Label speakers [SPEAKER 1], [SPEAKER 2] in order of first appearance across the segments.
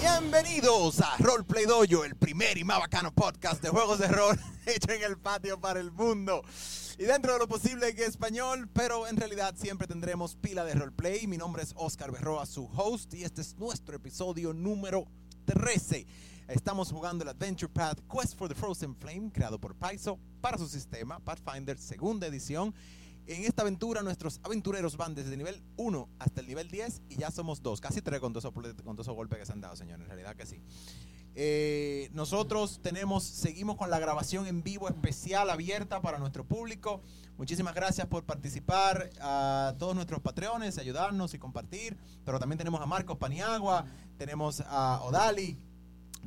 [SPEAKER 1] Bienvenidos a Roleplay Dojo, el primer y más bacano podcast de juegos de rol hecho en el patio para el mundo. Y dentro de lo posible en español, pero en realidad siempre tendremos pila de roleplay. Mi nombre es Oscar Berroa, su host, y este es nuestro episodio número 13. Estamos jugando el Adventure Path Quest for the Frozen Flame, creado por Paizo para su sistema Pathfinder segunda edición. En esta aventura nuestros aventureros van desde el nivel 1 hasta el nivel 10 y ya somos dos, casi tres con todos esos pl- con todos esos golpes que se han dado, señores, en realidad que sí. Eh, nosotros tenemos, seguimos con la grabación en vivo especial abierta para nuestro público. Muchísimas gracias por participar a todos nuestros patreones, ayudarnos y compartir. Pero también tenemos a Marcos Paniagua, tenemos a Odali,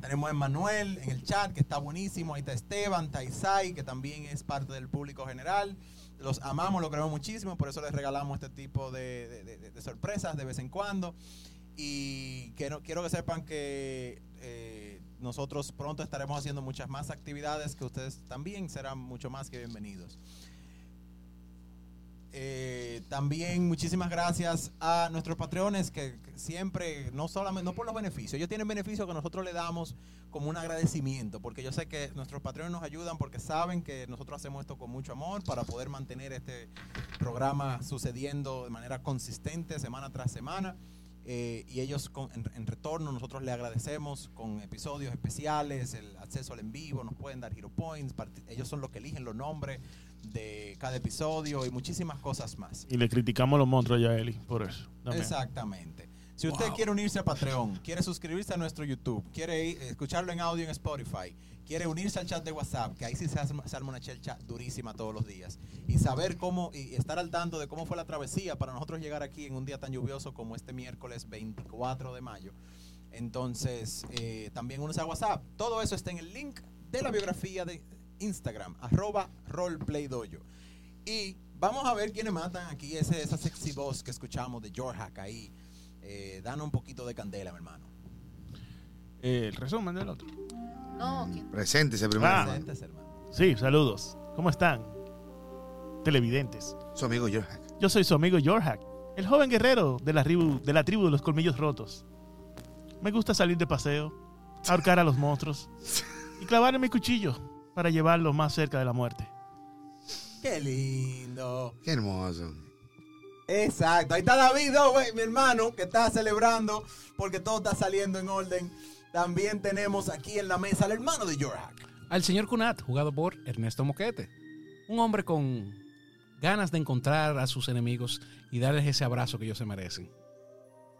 [SPEAKER 1] tenemos a Emanuel en el chat, que está buenísimo. Ahí está Esteban, Taisai, que también es parte del público general. Los amamos, lo queremos muchísimo, por eso les regalamos este tipo de, de- de- de sorpresas de vez en cuando. Y quiero, quiero que sepan que eh, nosotros pronto estaremos haciendo muchas más actividades que ustedes también serán mucho más que bienvenidos. Eh, también muchísimas gracias a nuestros patreones que que siempre, no solamente, no por los beneficios, ellos tienen beneficios que nosotros le damos como un agradecimiento, porque yo sé que nuestros patreones nos ayudan porque saben que nosotros hacemos esto con mucho amor para poder mantener este programa sucediendo de manera consistente semana tras semana. Eh, y ellos con- en, en retorno nosotros le agradecemos con episodios especiales, el acceso al en vivo, nos pueden dar hero points, parti- ellos son los que eligen los nombres de cada episodio y muchísimas cosas más.
[SPEAKER 2] Y le criticamos los monstruos ya a Eli, por eso. también.
[SPEAKER 1] Exactamente. Si usted
[SPEAKER 2] Wow.
[SPEAKER 1] quiere unirse a Patreon, quiere suscribirse a nuestro YouTube, quiere i- escucharlo en audio en Spotify, quiere unirse al chat de WhatsApp, que ahí sí se arma se arma una chelcha durísima todos los días, y saber cómo, y estar al tanto de cómo fue la travesía para nosotros llegar aquí en un día tan lluvioso como este miércoles 24 de mayo. Entonces, eh, también únese a WhatsApp. Todo eso está en el link de la biografía de Instagram, arroba roleplaydoyo. Y vamos a ver quiénes matan aquí ese, esa sexy voz que escuchamos de Jorhack ahí. Eh, danos un poquito de candela, mi hermano.
[SPEAKER 2] Eh, el resumen del otro.
[SPEAKER 3] No, ¿quién?
[SPEAKER 4] Preséntese primero.
[SPEAKER 2] Ah.
[SPEAKER 1] Presentes, hermano.
[SPEAKER 2] Sí, saludos. ¿Cómo están? Televidentes.
[SPEAKER 4] Su amigo yo.
[SPEAKER 2] Yo soy su amigo Jorhack, el joven guerrero de la, tribu, de la tribu de los colmillos rotos. Me gusta salir de paseo, ahorcar a los monstruos y clavar en mi cuchillo para llevarlos más cerca de la muerte.
[SPEAKER 1] Qué lindo.
[SPEAKER 4] Qué hermoso.
[SPEAKER 1] Exacto. Ahí está David, oh, güey, mi hermano, que está celebrando porque todo está saliendo en orden. También tenemos aquí en la mesa al hermano de Jorhack.
[SPEAKER 5] Al señor Cunat, jugado por Ernesto Moquete. Un hombre con ganas de encontrar a sus enemigos y darles ese abrazo que ellos se merecen.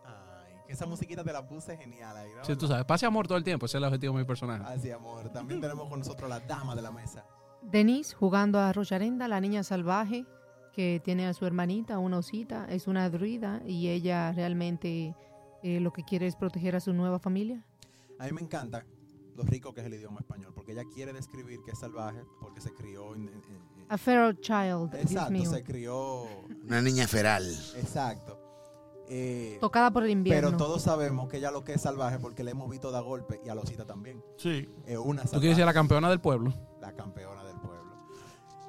[SPEAKER 1] Ay, que esa musiquita te la puse genial ahí, ¿no?
[SPEAKER 5] Si tú sabes, pase amor todo el tiempo, ese es el objetivo de mi personaje.
[SPEAKER 1] Así, amor. También tenemos con nosotros la dama de la mesa.
[SPEAKER 3] Denise jugando a Rocharenda, la niña salvaje que tiene a su hermanita, una osita, es una druida y ella realmente eh, lo que quiere es proteger a su nueva familia.
[SPEAKER 1] A mí me encanta lo rico que es el idioma español, porque ella quiere describir que es salvaje, porque se crió. en- en- en-
[SPEAKER 3] A feral child, Ah, pues, Dios
[SPEAKER 1] exacto,
[SPEAKER 3] mío,
[SPEAKER 1] se crió.
[SPEAKER 4] Una niña feral.
[SPEAKER 1] Exacto. Eh,
[SPEAKER 3] tocada por el invierno.
[SPEAKER 1] pero todos sabemos que ella lo que es salvaje, porque le hemos visto dar golpe y a Losita también.
[SPEAKER 2] Sí.
[SPEAKER 1] Es una
[SPEAKER 5] Tú quieres ser
[SPEAKER 1] salvaje,
[SPEAKER 5] la campeona del pueblo.
[SPEAKER 1] la campeona del pueblo.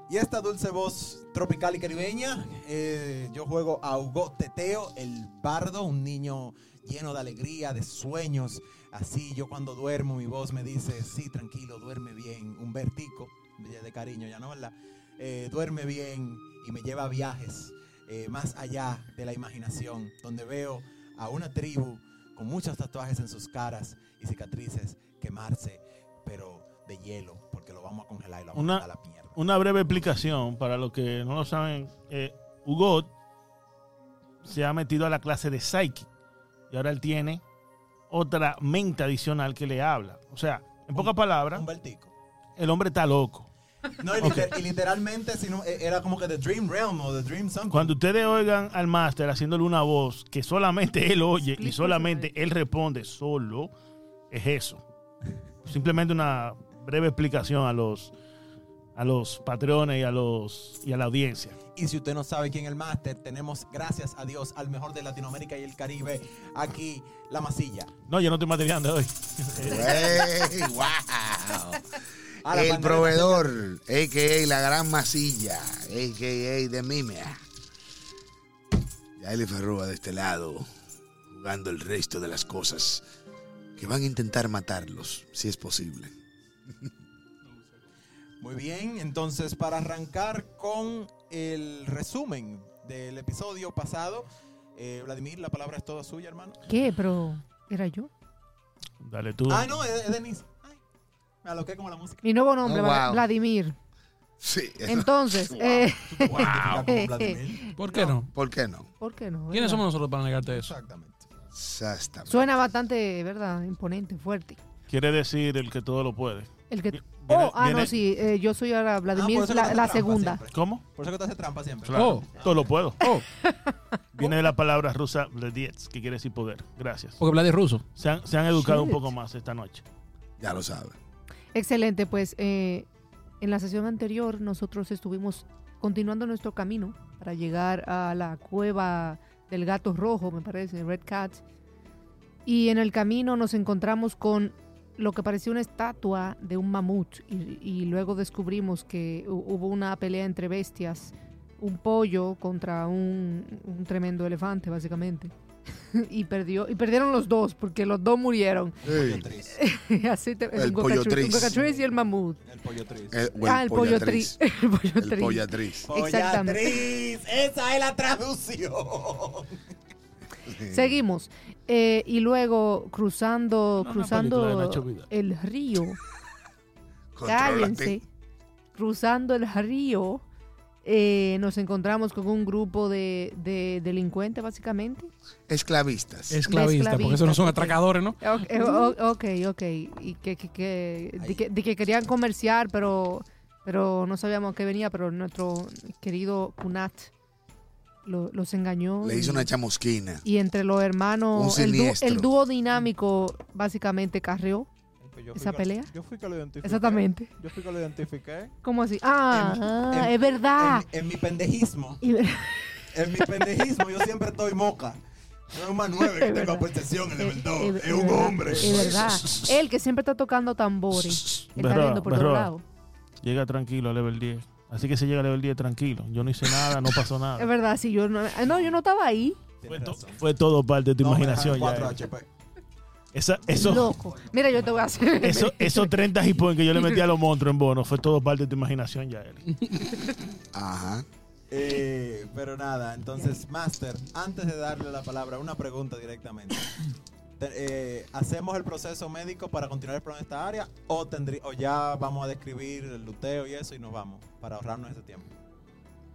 [SPEAKER 1] Y esta dulce voz tropical y caribeña, eh, yo juego a Hugo Teteo, el bardo, un niño lleno de alegría, de sueños. Así yo cuando duermo mi voz me dice, sí, tranquilo, duerme bien, un vertico de de cariño, ya no, ¿verdad? Eh, duerme bien y me lleva a viajes eh, más allá de la imaginación, donde veo a una tribu con muchos tatuajes en sus caras y cicatrices quemarse, pero de hielo, porque lo vamos a congelar y lo vamos
[SPEAKER 2] Una-
[SPEAKER 1] a mandar a la mierda.
[SPEAKER 2] Una breve explicación para los que no lo saben. Eh, Hugo se ha metido a la clase de Psyche y ahora él tiene otra mente adicional que le habla. O sea, en pocas palabras,
[SPEAKER 1] Un vertico.
[SPEAKER 2] el hombre está loco.
[SPEAKER 1] ¿Ah? No, y, liter- y literalmente si no, eh, era como que The Dream Realm o The Dream Something.
[SPEAKER 2] Cuando ustedes oigan al máster haciéndole una voz que solamente él oye y solamente él responde solo, es eso. Simplemente una breve explicación a los a los patrones y a los y a la audiencia.
[SPEAKER 1] Y si usted no sabe quién es el máster, tenemos, gracias a Dios, al mejor de Latinoamérica y el Caribe, aquí, La Masilla.
[SPEAKER 2] No, yo no estoy materiando hoy.
[SPEAKER 4] Wey, wow.
[SPEAKER 1] Ah, la
[SPEAKER 4] El
[SPEAKER 1] bandera
[SPEAKER 4] proveedor, a.k.a. la gran masilla, a.k.a. de Mimea. Ya Eli Ferrúa de este lado, jugando el resto de las cosas que van a intentar matarlos, si es posible.
[SPEAKER 1] Muy bien, entonces para arrancar con el resumen del episodio pasado, eh, Vladimir, la palabra es toda suya, hermano.
[SPEAKER 3] ¿Qué? Pero era yo.
[SPEAKER 2] Dale tú.
[SPEAKER 1] Ah, no, es, es Denise. Ay, me aloqué con la música.
[SPEAKER 3] Mi nuevo nombre,
[SPEAKER 4] Oh,
[SPEAKER 3] Vla-
[SPEAKER 4] wow.
[SPEAKER 3] Vladimir.
[SPEAKER 4] Sí,
[SPEAKER 3] Entonces,
[SPEAKER 4] Wow.
[SPEAKER 3] eh,
[SPEAKER 1] Identificar como Vladimir.
[SPEAKER 5] ¿Por qué no?
[SPEAKER 4] ¿por qué no?
[SPEAKER 3] ¿por qué no?
[SPEAKER 5] ¿Quiénes
[SPEAKER 3] verdad?
[SPEAKER 5] somos nosotros para negarte eso?
[SPEAKER 1] Exactamente.
[SPEAKER 4] Exactamente.
[SPEAKER 3] Suena bastante, ¿verdad? Imponente, fuerte.
[SPEAKER 2] Quiere decir el que todo lo puede.
[SPEAKER 3] El que...
[SPEAKER 2] Viene-
[SPEAKER 3] Oh, ah,
[SPEAKER 2] viene-
[SPEAKER 3] no, sí, eh, yo soy ahora Vladimir,
[SPEAKER 1] Ah, por eso que te
[SPEAKER 3] la,
[SPEAKER 1] hace
[SPEAKER 3] la
[SPEAKER 1] trampa
[SPEAKER 3] segunda.
[SPEAKER 1] siempre.
[SPEAKER 2] ¿Cómo?
[SPEAKER 1] Por eso que te hace trampa siempre.
[SPEAKER 5] Claro.
[SPEAKER 2] Todo lo puedo.
[SPEAKER 5] Oh,
[SPEAKER 2] Viene de la palabra rusa Vladets, que quiere decir poder. Gracias.
[SPEAKER 5] porque Vlad es ruso.
[SPEAKER 2] Se han, se han educado un
[SPEAKER 3] Shit.
[SPEAKER 2] poco más esta noche.
[SPEAKER 4] Ya lo sabe.
[SPEAKER 3] Excelente, pues eh, en la sesión anterior nosotros estuvimos continuando nuestro camino para llegar a la cueva del gato rojo, me parece, Red Cat. Y en el camino nos encontramos con lo que parecía una estatua de un mamut y, y luego descubrimos que hu- hubo una pelea entre bestias, un pollo contra un, un tremendo elefante básicamente. y perdió y perdieron los dos porque los dos murieron.
[SPEAKER 1] El pollo tris.
[SPEAKER 3] Así te-
[SPEAKER 4] El
[SPEAKER 3] un
[SPEAKER 4] pollo
[SPEAKER 3] guacachú- un
[SPEAKER 4] tris.
[SPEAKER 3] guacachú y el mamut.
[SPEAKER 1] El pollo tris.
[SPEAKER 4] Eh, o
[SPEAKER 3] ah, el pollo tris.
[SPEAKER 4] pollatriz.
[SPEAKER 3] El pollo
[SPEAKER 4] El
[SPEAKER 3] tris.
[SPEAKER 4] pollatriz.
[SPEAKER 3] exactamente.
[SPEAKER 1] Pollatriz. Esa es la traducción.
[SPEAKER 3] Seguimos. Eh, y luego cruzando,
[SPEAKER 2] Una película de Nacho
[SPEAKER 3] cruzando
[SPEAKER 2] Vidal.
[SPEAKER 3] el río.
[SPEAKER 4] Contrólate.
[SPEAKER 3] Cállense. Cruzando el río. eh, nos encontramos con un grupo de, de delincuentes, básicamente.
[SPEAKER 4] Esclavistas.
[SPEAKER 5] Esclavista, porque esos no son
[SPEAKER 3] Esclavista, sí.
[SPEAKER 5] atracadores, ¿no?
[SPEAKER 3] O- eh, o- Ok, ok. Y que, que, que- di que, di que querían comerciar, pero, pero no sabíamos qué venía, pero nuestro querido Kunat lo- los engañó.
[SPEAKER 4] Le hizo
[SPEAKER 3] y-
[SPEAKER 4] una chamusquina.
[SPEAKER 3] y entre los hermanos,
[SPEAKER 4] Un
[SPEAKER 3] el, dú-
[SPEAKER 4] siniestro.
[SPEAKER 3] el dúo dinámico básicamente carrió.
[SPEAKER 1] Pues Yo fui
[SPEAKER 3] ¿Esa
[SPEAKER 1] que-
[SPEAKER 3] pelea?
[SPEAKER 1] Yo fui que lo identifiqué.
[SPEAKER 3] Exactamente.
[SPEAKER 1] Yo fui que lo identifiqué.
[SPEAKER 3] ¿Cómo así? Ah,
[SPEAKER 1] En-
[SPEAKER 3] ah,
[SPEAKER 1] en-
[SPEAKER 3] es verdad.
[SPEAKER 1] En, en mi pendejismo.
[SPEAKER 3] Y-
[SPEAKER 1] En mi pendejismo yo siempre estoy moca. No es un manueve
[SPEAKER 3] Es
[SPEAKER 1] que tengo
[SPEAKER 3] verdad.
[SPEAKER 1] a percepción en el mentón.
[SPEAKER 3] Eh, eh,
[SPEAKER 1] Es un
[SPEAKER 3] verdad,
[SPEAKER 1] hombre.
[SPEAKER 3] Es verdad. Él que siempre está tocando tambores. Él está
[SPEAKER 2] Berroa,
[SPEAKER 3] viendo por todos
[SPEAKER 2] berroa.
[SPEAKER 3] lados.
[SPEAKER 2] Llega tranquilo a level 10. Así que se llega a level 10 tranquilo. Yo no hice nada, no pasó
[SPEAKER 3] Es
[SPEAKER 2] nada.
[SPEAKER 3] verdad, sí, yo no, no, yo no estaba ahí.
[SPEAKER 2] Fue,
[SPEAKER 1] Tienes
[SPEAKER 2] to-
[SPEAKER 1] razón.
[SPEAKER 2] fue todo parte de tu
[SPEAKER 1] No, me
[SPEAKER 2] imaginación.
[SPEAKER 1] dejaron
[SPEAKER 2] ya,
[SPEAKER 1] cuatro
[SPEAKER 2] eh.
[SPEAKER 1] HP.
[SPEAKER 2] Esa- eso,
[SPEAKER 3] Loco. Mira, yo te voy a hacer.
[SPEAKER 2] eso- esos 30 hit points que yo le metí a los monstruos en bono fue todo parte de tu imaginación, ya. Eli.
[SPEAKER 4] Ajá.
[SPEAKER 1] Eh, pero nada, entonces, Master, antes de darle la palabra, una pregunta directamente. Te- eh, ¿Hacemos el proceso médico para continuar explorando esta área o, tendrí- o ya vamos a describir el luteo y eso y nos vamos para ahorrarnos ese tiempo?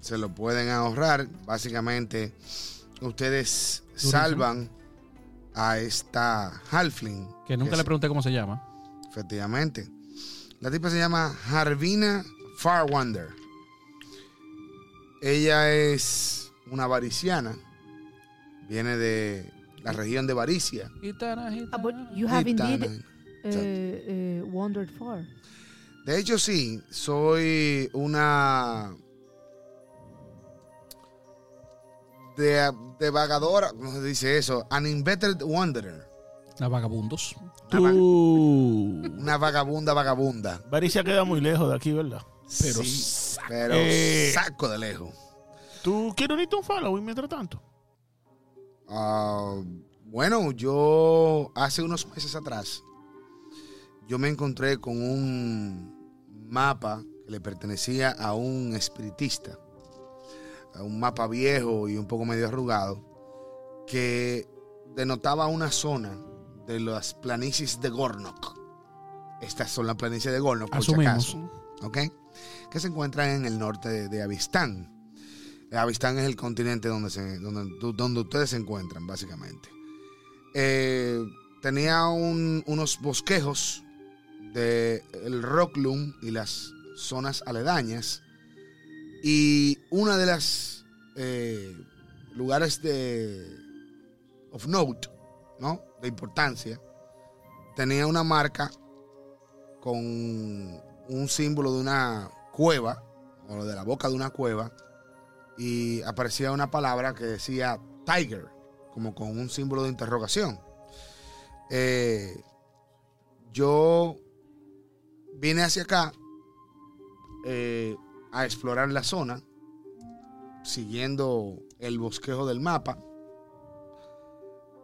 [SPEAKER 4] Se lo pueden ahorrar. Básicamente, ustedes salvan a esta Halfling.
[SPEAKER 5] Que nunca
[SPEAKER 4] es-
[SPEAKER 5] le pregunté cómo se llama.
[SPEAKER 4] Efectivamente. La tipa se llama Harvina Farwander. Ella es una variciana. Viene de la región de Varicia.
[SPEAKER 5] Gitana, gitana.
[SPEAKER 3] Ah, but you have indeed
[SPEAKER 4] Gitana.
[SPEAKER 3] eh, eh, wandered far.
[SPEAKER 4] De hecho, sí, soy una. De, de vagadora, ¿cómo se dice eso? An inveterate wanderer.
[SPEAKER 5] Las vagabundos.
[SPEAKER 4] Una, va-
[SPEAKER 2] Tú.
[SPEAKER 4] una vagabunda, vagabunda.
[SPEAKER 2] Varicia queda muy lejos de aquí, ¿verdad?
[SPEAKER 5] Pero
[SPEAKER 4] Sí, pero
[SPEAKER 2] Eh.
[SPEAKER 4] saco de lejos.
[SPEAKER 2] Tú quieres unirte a un following mientras tanto.
[SPEAKER 4] Ah, bueno, yo hace unos meses atrás, yo me encontré con un mapa que le pertenecía a un espiritista, a un mapa viejo y un poco medio arrugado, que denotaba una zona de las planicies de Gornok. Estas son las planicies de Gornok, por si
[SPEAKER 5] Asumimos.
[SPEAKER 4] acaso. ¿ok? Que se encuentran en el norte de, de Avistán. Eh, Avistán es el continente donde, se, donde, du- donde ustedes se encuentran, básicamente. Eh, tenía un- unos bosquejos del el Rocklum y las zonas aledañas. Y una de las eh, lugares de of note, ¿no? De importancia, tenía una marca con un símbolo de una cueva, o de la boca de una cueva, y aparecía una palabra que decía Tiger, como con un símbolo de interrogación. Eh, yo vine hacia acá eh, a explorar la zona, siguiendo el bosquejo del mapa,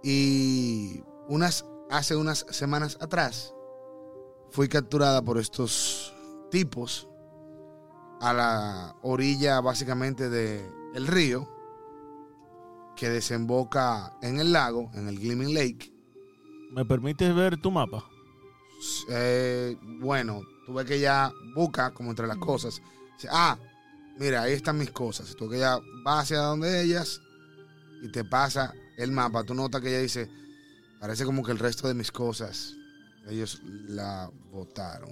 [SPEAKER 4] y unas hace unas semanas atrás fui capturada por estos tipos a la orilla básicamente de el río que desemboca en el lago, en el Gleaming Lake.
[SPEAKER 2] ¿Me permites ver tu mapa?
[SPEAKER 4] Eh, bueno, tuve que ya busca como entre las cosas. Dice, ah, mira, ahí están mis cosas. Tú que ya vas hacia donde ellas y te pasa el mapa. Tú notas que ella dice, parece como que el resto de mis cosas, ellos la botaron.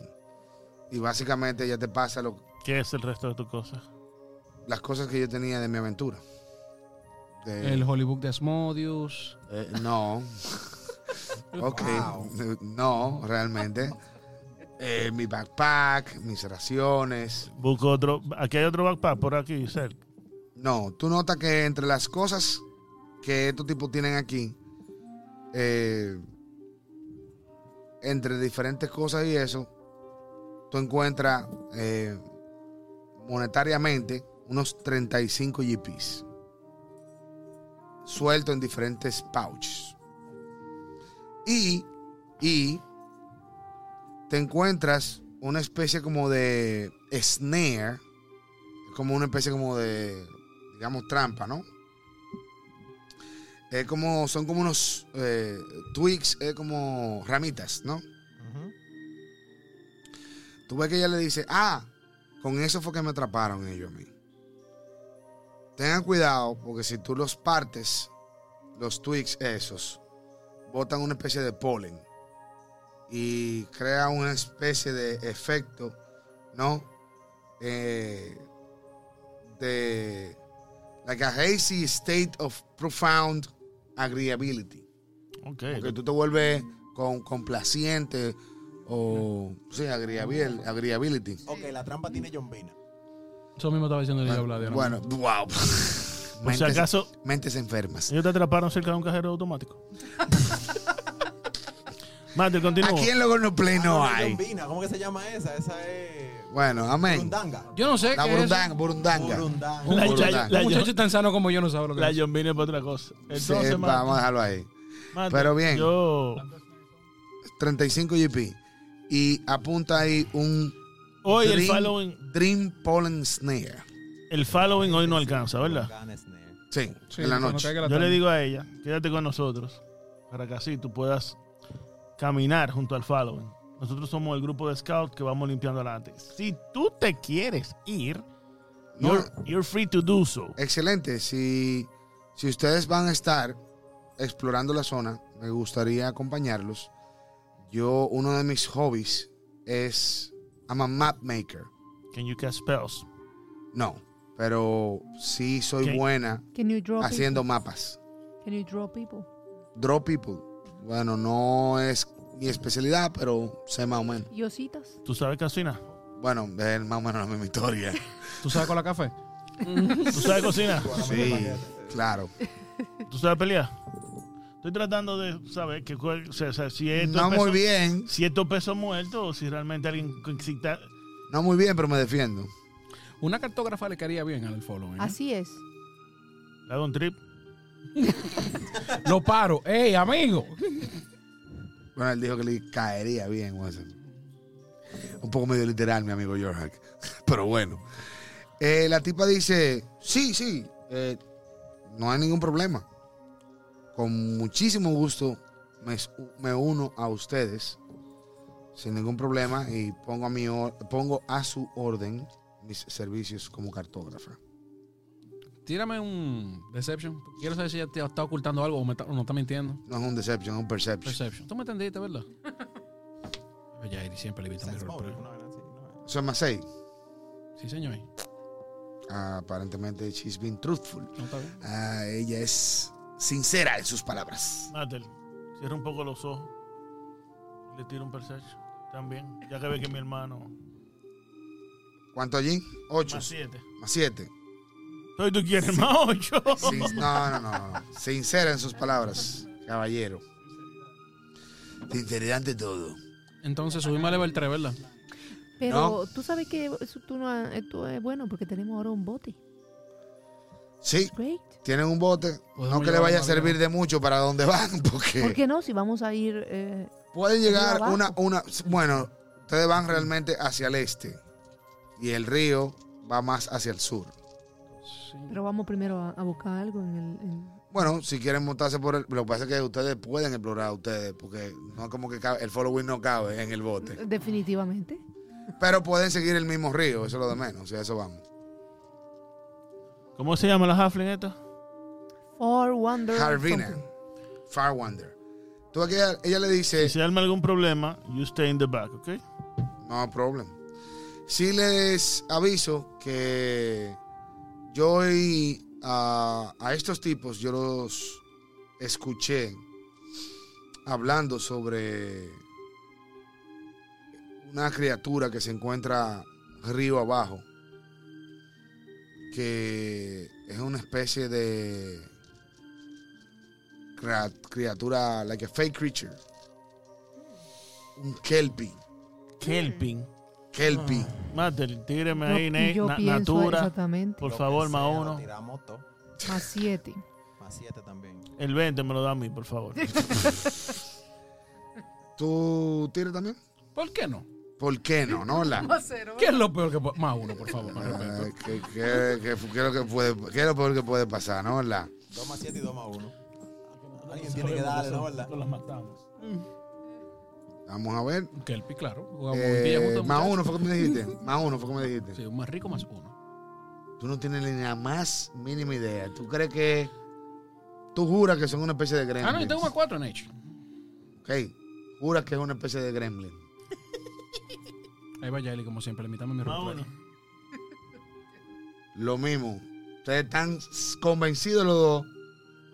[SPEAKER 4] Y básicamente ella te pasa lo,
[SPEAKER 2] ¿Qué es el resto de tus cosas?
[SPEAKER 4] las cosas que yo tenía de mi aventura. De-
[SPEAKER 5] El Hollywood de Asmodius.
[SPEAKER 4] eh, no. ok. No, realmente. Eh, mi backpack, mis raciones.
[SPEAKER 2] Busco otro. Aquí hay otro backpack por aquí, cerca.
[SPEAKER 4] No, tú notas que entre las cosas que estos tipos tienen aquí, eh, entre diferentes cosas y eso, tú encuentras eh, monetariamente unos 35 GPs suelto en diferentes pouches. Y, y te encuentras una especie como de snare, como una especie como de, digamos, trampa, ¿no? Es como, son como unos eh, twigs, es como ramitas, ¿no? Tú ves que ella le dice, ah, con eso fue que me atraparon ellos a mí. Tengan cuidado porque si tú los partes, los twigs esos, botan una especie de polen y crea una especie de efecto, ¿no? Eh, de like a hazy state of profound agreeability.
[SPEAKER 2] Ok.
[SPEAKER 4] Porque tú te vuelves con, complaciente o sí, agreeabil- agreeability.
[SPEAKER 1] Ok, la trampa tiene Jombina.
[SPEAKER 5] Eso mismo estaba diciendo el diablo. Adriana.
[SPEAKER 4] Bueno, wow.
[SPEAKER 2] Por si acaso,
[SPEAKER 4] mentes enfermas.
[SPEAKER 2] ellos te atraparon cerca de un cajero automático. Marte, continúa.
[SPEAKER 4] Aquí en Logonoplay no
[SPEAKER 1] Ah,
[SPEAKER 4] hay.
[SPEAKER 1] Yombina, ¿cómo que se llama esa? Esa es.
[SPEAKER 4] Bueno, amén.
[SPEAKER 1] Burundanga.
[SPEAKER 5] Yo no sé
[SPEAKER 4] La
[SPEAKER 5] qué es.
[SPEAKER 4] burundanga,
[SPEAKER 5] eso.
[SPEAKER 4] burundanga.
[SPEAKER 1] Burundanga.
[SPEAKER 2] La,
[SPEAKER 4] Burundanga.
[SPEAKER 2] la-
[SPEAKER 5] Un
[SPEAKER 2] la-
[SPEAKER 5] muchacho tan sano como yo no sabe lo que
[SPEAKER 2] la
[SPEAKER 5] es.
[SPEAKER 2] yombina es para otra cosa.
[SPEAKER 4] Sí,
[SPEAKER 2] Entonces, Marte,
[SPEAKER 4] vamos a dejarlo ahí.
[SPEAKER 2] Marte,
[SPEAKER 4] pero bien.
[SPEAKER 2] Yo,
[SPEAKER 4] 35 GP. Y apunta ahí un
[SPEAKER 2] hoy el
[SPEAKER 4] Dream-
[SPEAKER 2] following,
[SPEAKER 4] Dream Pollen Snare.
[SPEAKER 2] el following hoy no alcanza, ¿verdad?
[SPEAKER 1] Burundanga, Snare.
[SPEAKER 4] Sí,
[SPEAKER 5] Sí,
[SPEAKER 4] en la
[SPEAKER 5] cuando
[SPEAKER 4] noche.
[SPEAKER 5] caiga la
[SPEAKER 2] Yo le
[SPEAKER 5] tarde.
[SPEAKER 2] digo a ella, quédate con nosotros para que así tú puedas caminar junto al following. Nosotros somos el grupo de scout que vamos limpiando adelante. Si tú te quieres ir,
[SPEAKER 4] No.
[SPEAKER 2] you're, you're free to do so.
[SPEAKER 4] Excelente. Si, si ustedes van a estar explorando la zona, me gustaría acompañarlos. Yo, uno de mis hobbies es. I'm a map maker.
[SPEAKER 2] Can you cast spells?
[SPEAKER 4] No, pero sí soy
[SPEAKER 2] Ok.
[SPEAKER 4] buena
[SPEAKER 3] Can you draw
[SPEAKER 4] haciendo mapas.
[SPEAKER 3] people? Can you draw people?
[SPEAKER 4] Draw people. Bueno, no es mi especialidad, pero sé más o menos.
[SPEAKER 3] ¿Y ositas?
[SPEAKER 2] ¿Tú sabes cocinar?
[SPEAKER 4] Bueno, es más o menos la misma historia.
[SPEAKER 5] ¿Tú sabes con la café?
[SPEAKER 2] ¿Tú sabes cocinar?
[SPEAKER 4] Sí, claro.
[SPEAKER 2] ¿Tú sabes pelear? Estoy tratando de saber que, cuál- o sea, o sea, si esto
[SPEAKER 4] No muy bien,
[SPEAKER 2] si estos pesos muertos o si realmente alguien que exista-
[SPEAKER 4] no muy bien, pero me defiendo.
[SPEAKER 5] Una cartógrafa le caería bien al following. ¿eh?
[SPEAKER 3] Así es.
[SPEAKER 2] le hago un trip.
[SPEAKER 5] Lo paro. ¡Ey, amigo!
[SPEAKER 4] Bueno, él dijo que le caería bien, Watson. Un poco medio literal, mi amigo George Pero bueno. Eh, la tipa dice, sí, sí, eh, no hay ningún problema. Con muchísimo gusto me, s- me uno a ustedes sin ningún problema y pongo a, mi or- pongo a su orden mis servicios como cartógrafa.
[SPEAKER 5] Tírame un Deception. Quiero saber si ella te está ocultando algo o, me está- o no está mintiendo.
[SPEAKER 4] No es un deception, es un perception.
[SPEAKER 5] Perception. Tú me entendiste, ¿verdad? Oye, Iris siempre le evita mi
[SPEAKER 1] Sex
[SPEAKER 5] rol.
[SPEAKER 1] Mode,
[SPEAKER 5] pero-
[SPEAKER 1] una vaina así, una vaina.
[SPEAKER 4] Son más seis.
[SPEAKER 5] Sí, señor.
[SPEAKER 4] aparentemente, she's been truthful.
[SPEAKER 5] No está bien.
[SPEAKER 4] Ah, ella es sincera en sus palabras.
[SPEAKER 2] Matel, cierra un poco los ojos. Le tiro un perception también. Ya que ve que mi hermano.
[SPEAKER 4] ¿Cuánto allí? Ocho.
[SPEAKER 2] Más siete.
[SPEAKER 4] Más siete.
[SPEAKER 2] Entonces tú quieres más ocho.
[SPEAKER 4] Sin- no, no, no, no, no. Sincera en sus palabras, caballero. Sinceridad ante todo.
[SPEAKER 5] Entonces subimos a level 3, ¿verdad?
[SPEAKER 3] eh, Pero tú sabes que eso tú no, ha- esto es bueno porque tenemos ahora un bote.
[SPEAKER 4] Sí,
[SPEAKER 3] Great.
[SPEAKER 4] tienen un bote.
[SPEAKER 3] Pues
[SPEAKER 5] Podemos
[SPEAKER 4] No que le
[SPEAKER 5] llevar
[SPEAKER 4] vaya a
[SPEAKER 5] un
[SPEAKER 4] servir
[SPEAKER 5] avión.
[SPEAKER 4] de mucho para donde van, porque
[SPEAKER 3] ¿Por qué no? Si vamos a ir. eh,
[SPEAKER 4] puede llegar
[SPEAKER 3] abajo.
[SPEAKER 4] una, una. Bueno, ustedes van realmente hacia el este y el río va más hacia el sur.
[SPEAKER 3] pero vamos primero a, a buscar algo en el. en-
[SPEAKER 4] Bueno, si quieren montarse por el. Lo que pasa es que ustedes pueden explorar ustedes, porque no es como que cabe- el following no cabe en el bote.
[SPEAKER 3] definitivamente.
[SPEAKER 4] Pero pueden seguir el mismo río, eso es lo de menos, y a eso vamos.
[SPEAKER 2] ¿Cómo se llama la Halfling esta?
[SPEAKER 3] For Wonder.
[SPEAKER 4] Harvina,
[SPEAKER 3] something.
[SPEAKER 4] Far Wonder. Tú aquí, ella, ella le dice,
[SPEAKER 2] Si se arma algún problema, you stay in the back, ¿ok?
[SPEAKER 4] no problem. Sí les aviso que yo y, ah, a estos tipos, yo los escuché hablando sobre una criatura que se encuentra río abajo, que es una especie de crea- criatura, like a fake creature, un kelpie,
[SPEAKER 2] Kelping.
[SPEAKER 4] kelpie.
[SPEAKER 2] Mate, tíreme
[SPEAKER 3] Yo-
[SPEAKER 2] ahí, Ne-
[SPEAKER 3] yo
[SPEAKER 2] na-
[SPEAKER 3] pienso
[SPEAKER 2] Natura.
[SPEAKER 3] exactamente.
[SPEAKER 2] Por favor, más uno.
[SPEAKER 1] Tira moto.
[SPEAKER 3] Más siete.
[SPEAKER 1] Más siete también.
[SPEAKER 2] El 20 me lo da a mí, por favor.
[SPEAKER 4] ¿Tú tiras también?
[SPEAKER 5] ¿Por qué no?
[SPEAKER 4] ¿Por qué no? No, la.
[SPEAKER 5] ¿Qué es lo peor que po- Más uno, por favor, con respeto.
[SPEAKER 4] Ay, ¿Qué, qué- qué- qué es lo que puede, qué es lo peor que puede pasar, no? La.
[SPEAKER 1] Dos más siete y dos más uno. Alguien tiene que darle, ¿no? ¿Verdad?
[SPEAKER 2] Nosotros las matamos.
[SPEAKER 4] Vamos a ver.
[SPEAKER 5] Un Kelpie, claro. Jugamos un día
[SPEAKER 4] Eh,
[SPEAKER 5] juntos,
[SPEAKER 4] más
[SPEAKER 5] muchachos.
[SPEAKER 4] uno fue que me dijiste. Más uno fue que me dijiste.
[SPEAKER 5] Sí, un más rico, más uno.
[SPEAKER 4] Tú no tienes ni la más mínima idea. Tú crees que. Tú juras que son una especie de gremlin.
[SPEAKER 5] Ah, no, yo tengo más cuatro en hecho.
[SPEAKER 4] Ok. Juras que es una especie de gremlin.
[SPEAKER 5] Ahí va Yaeli, como siempre, le invitamos a mi
[SPEAKER 2] Más
[SPEAKER 5] roleplay.
[SPEAKER 2] uno.
[SPEAKER 4] Lo mismo. Ustedes están s- convencidos los dos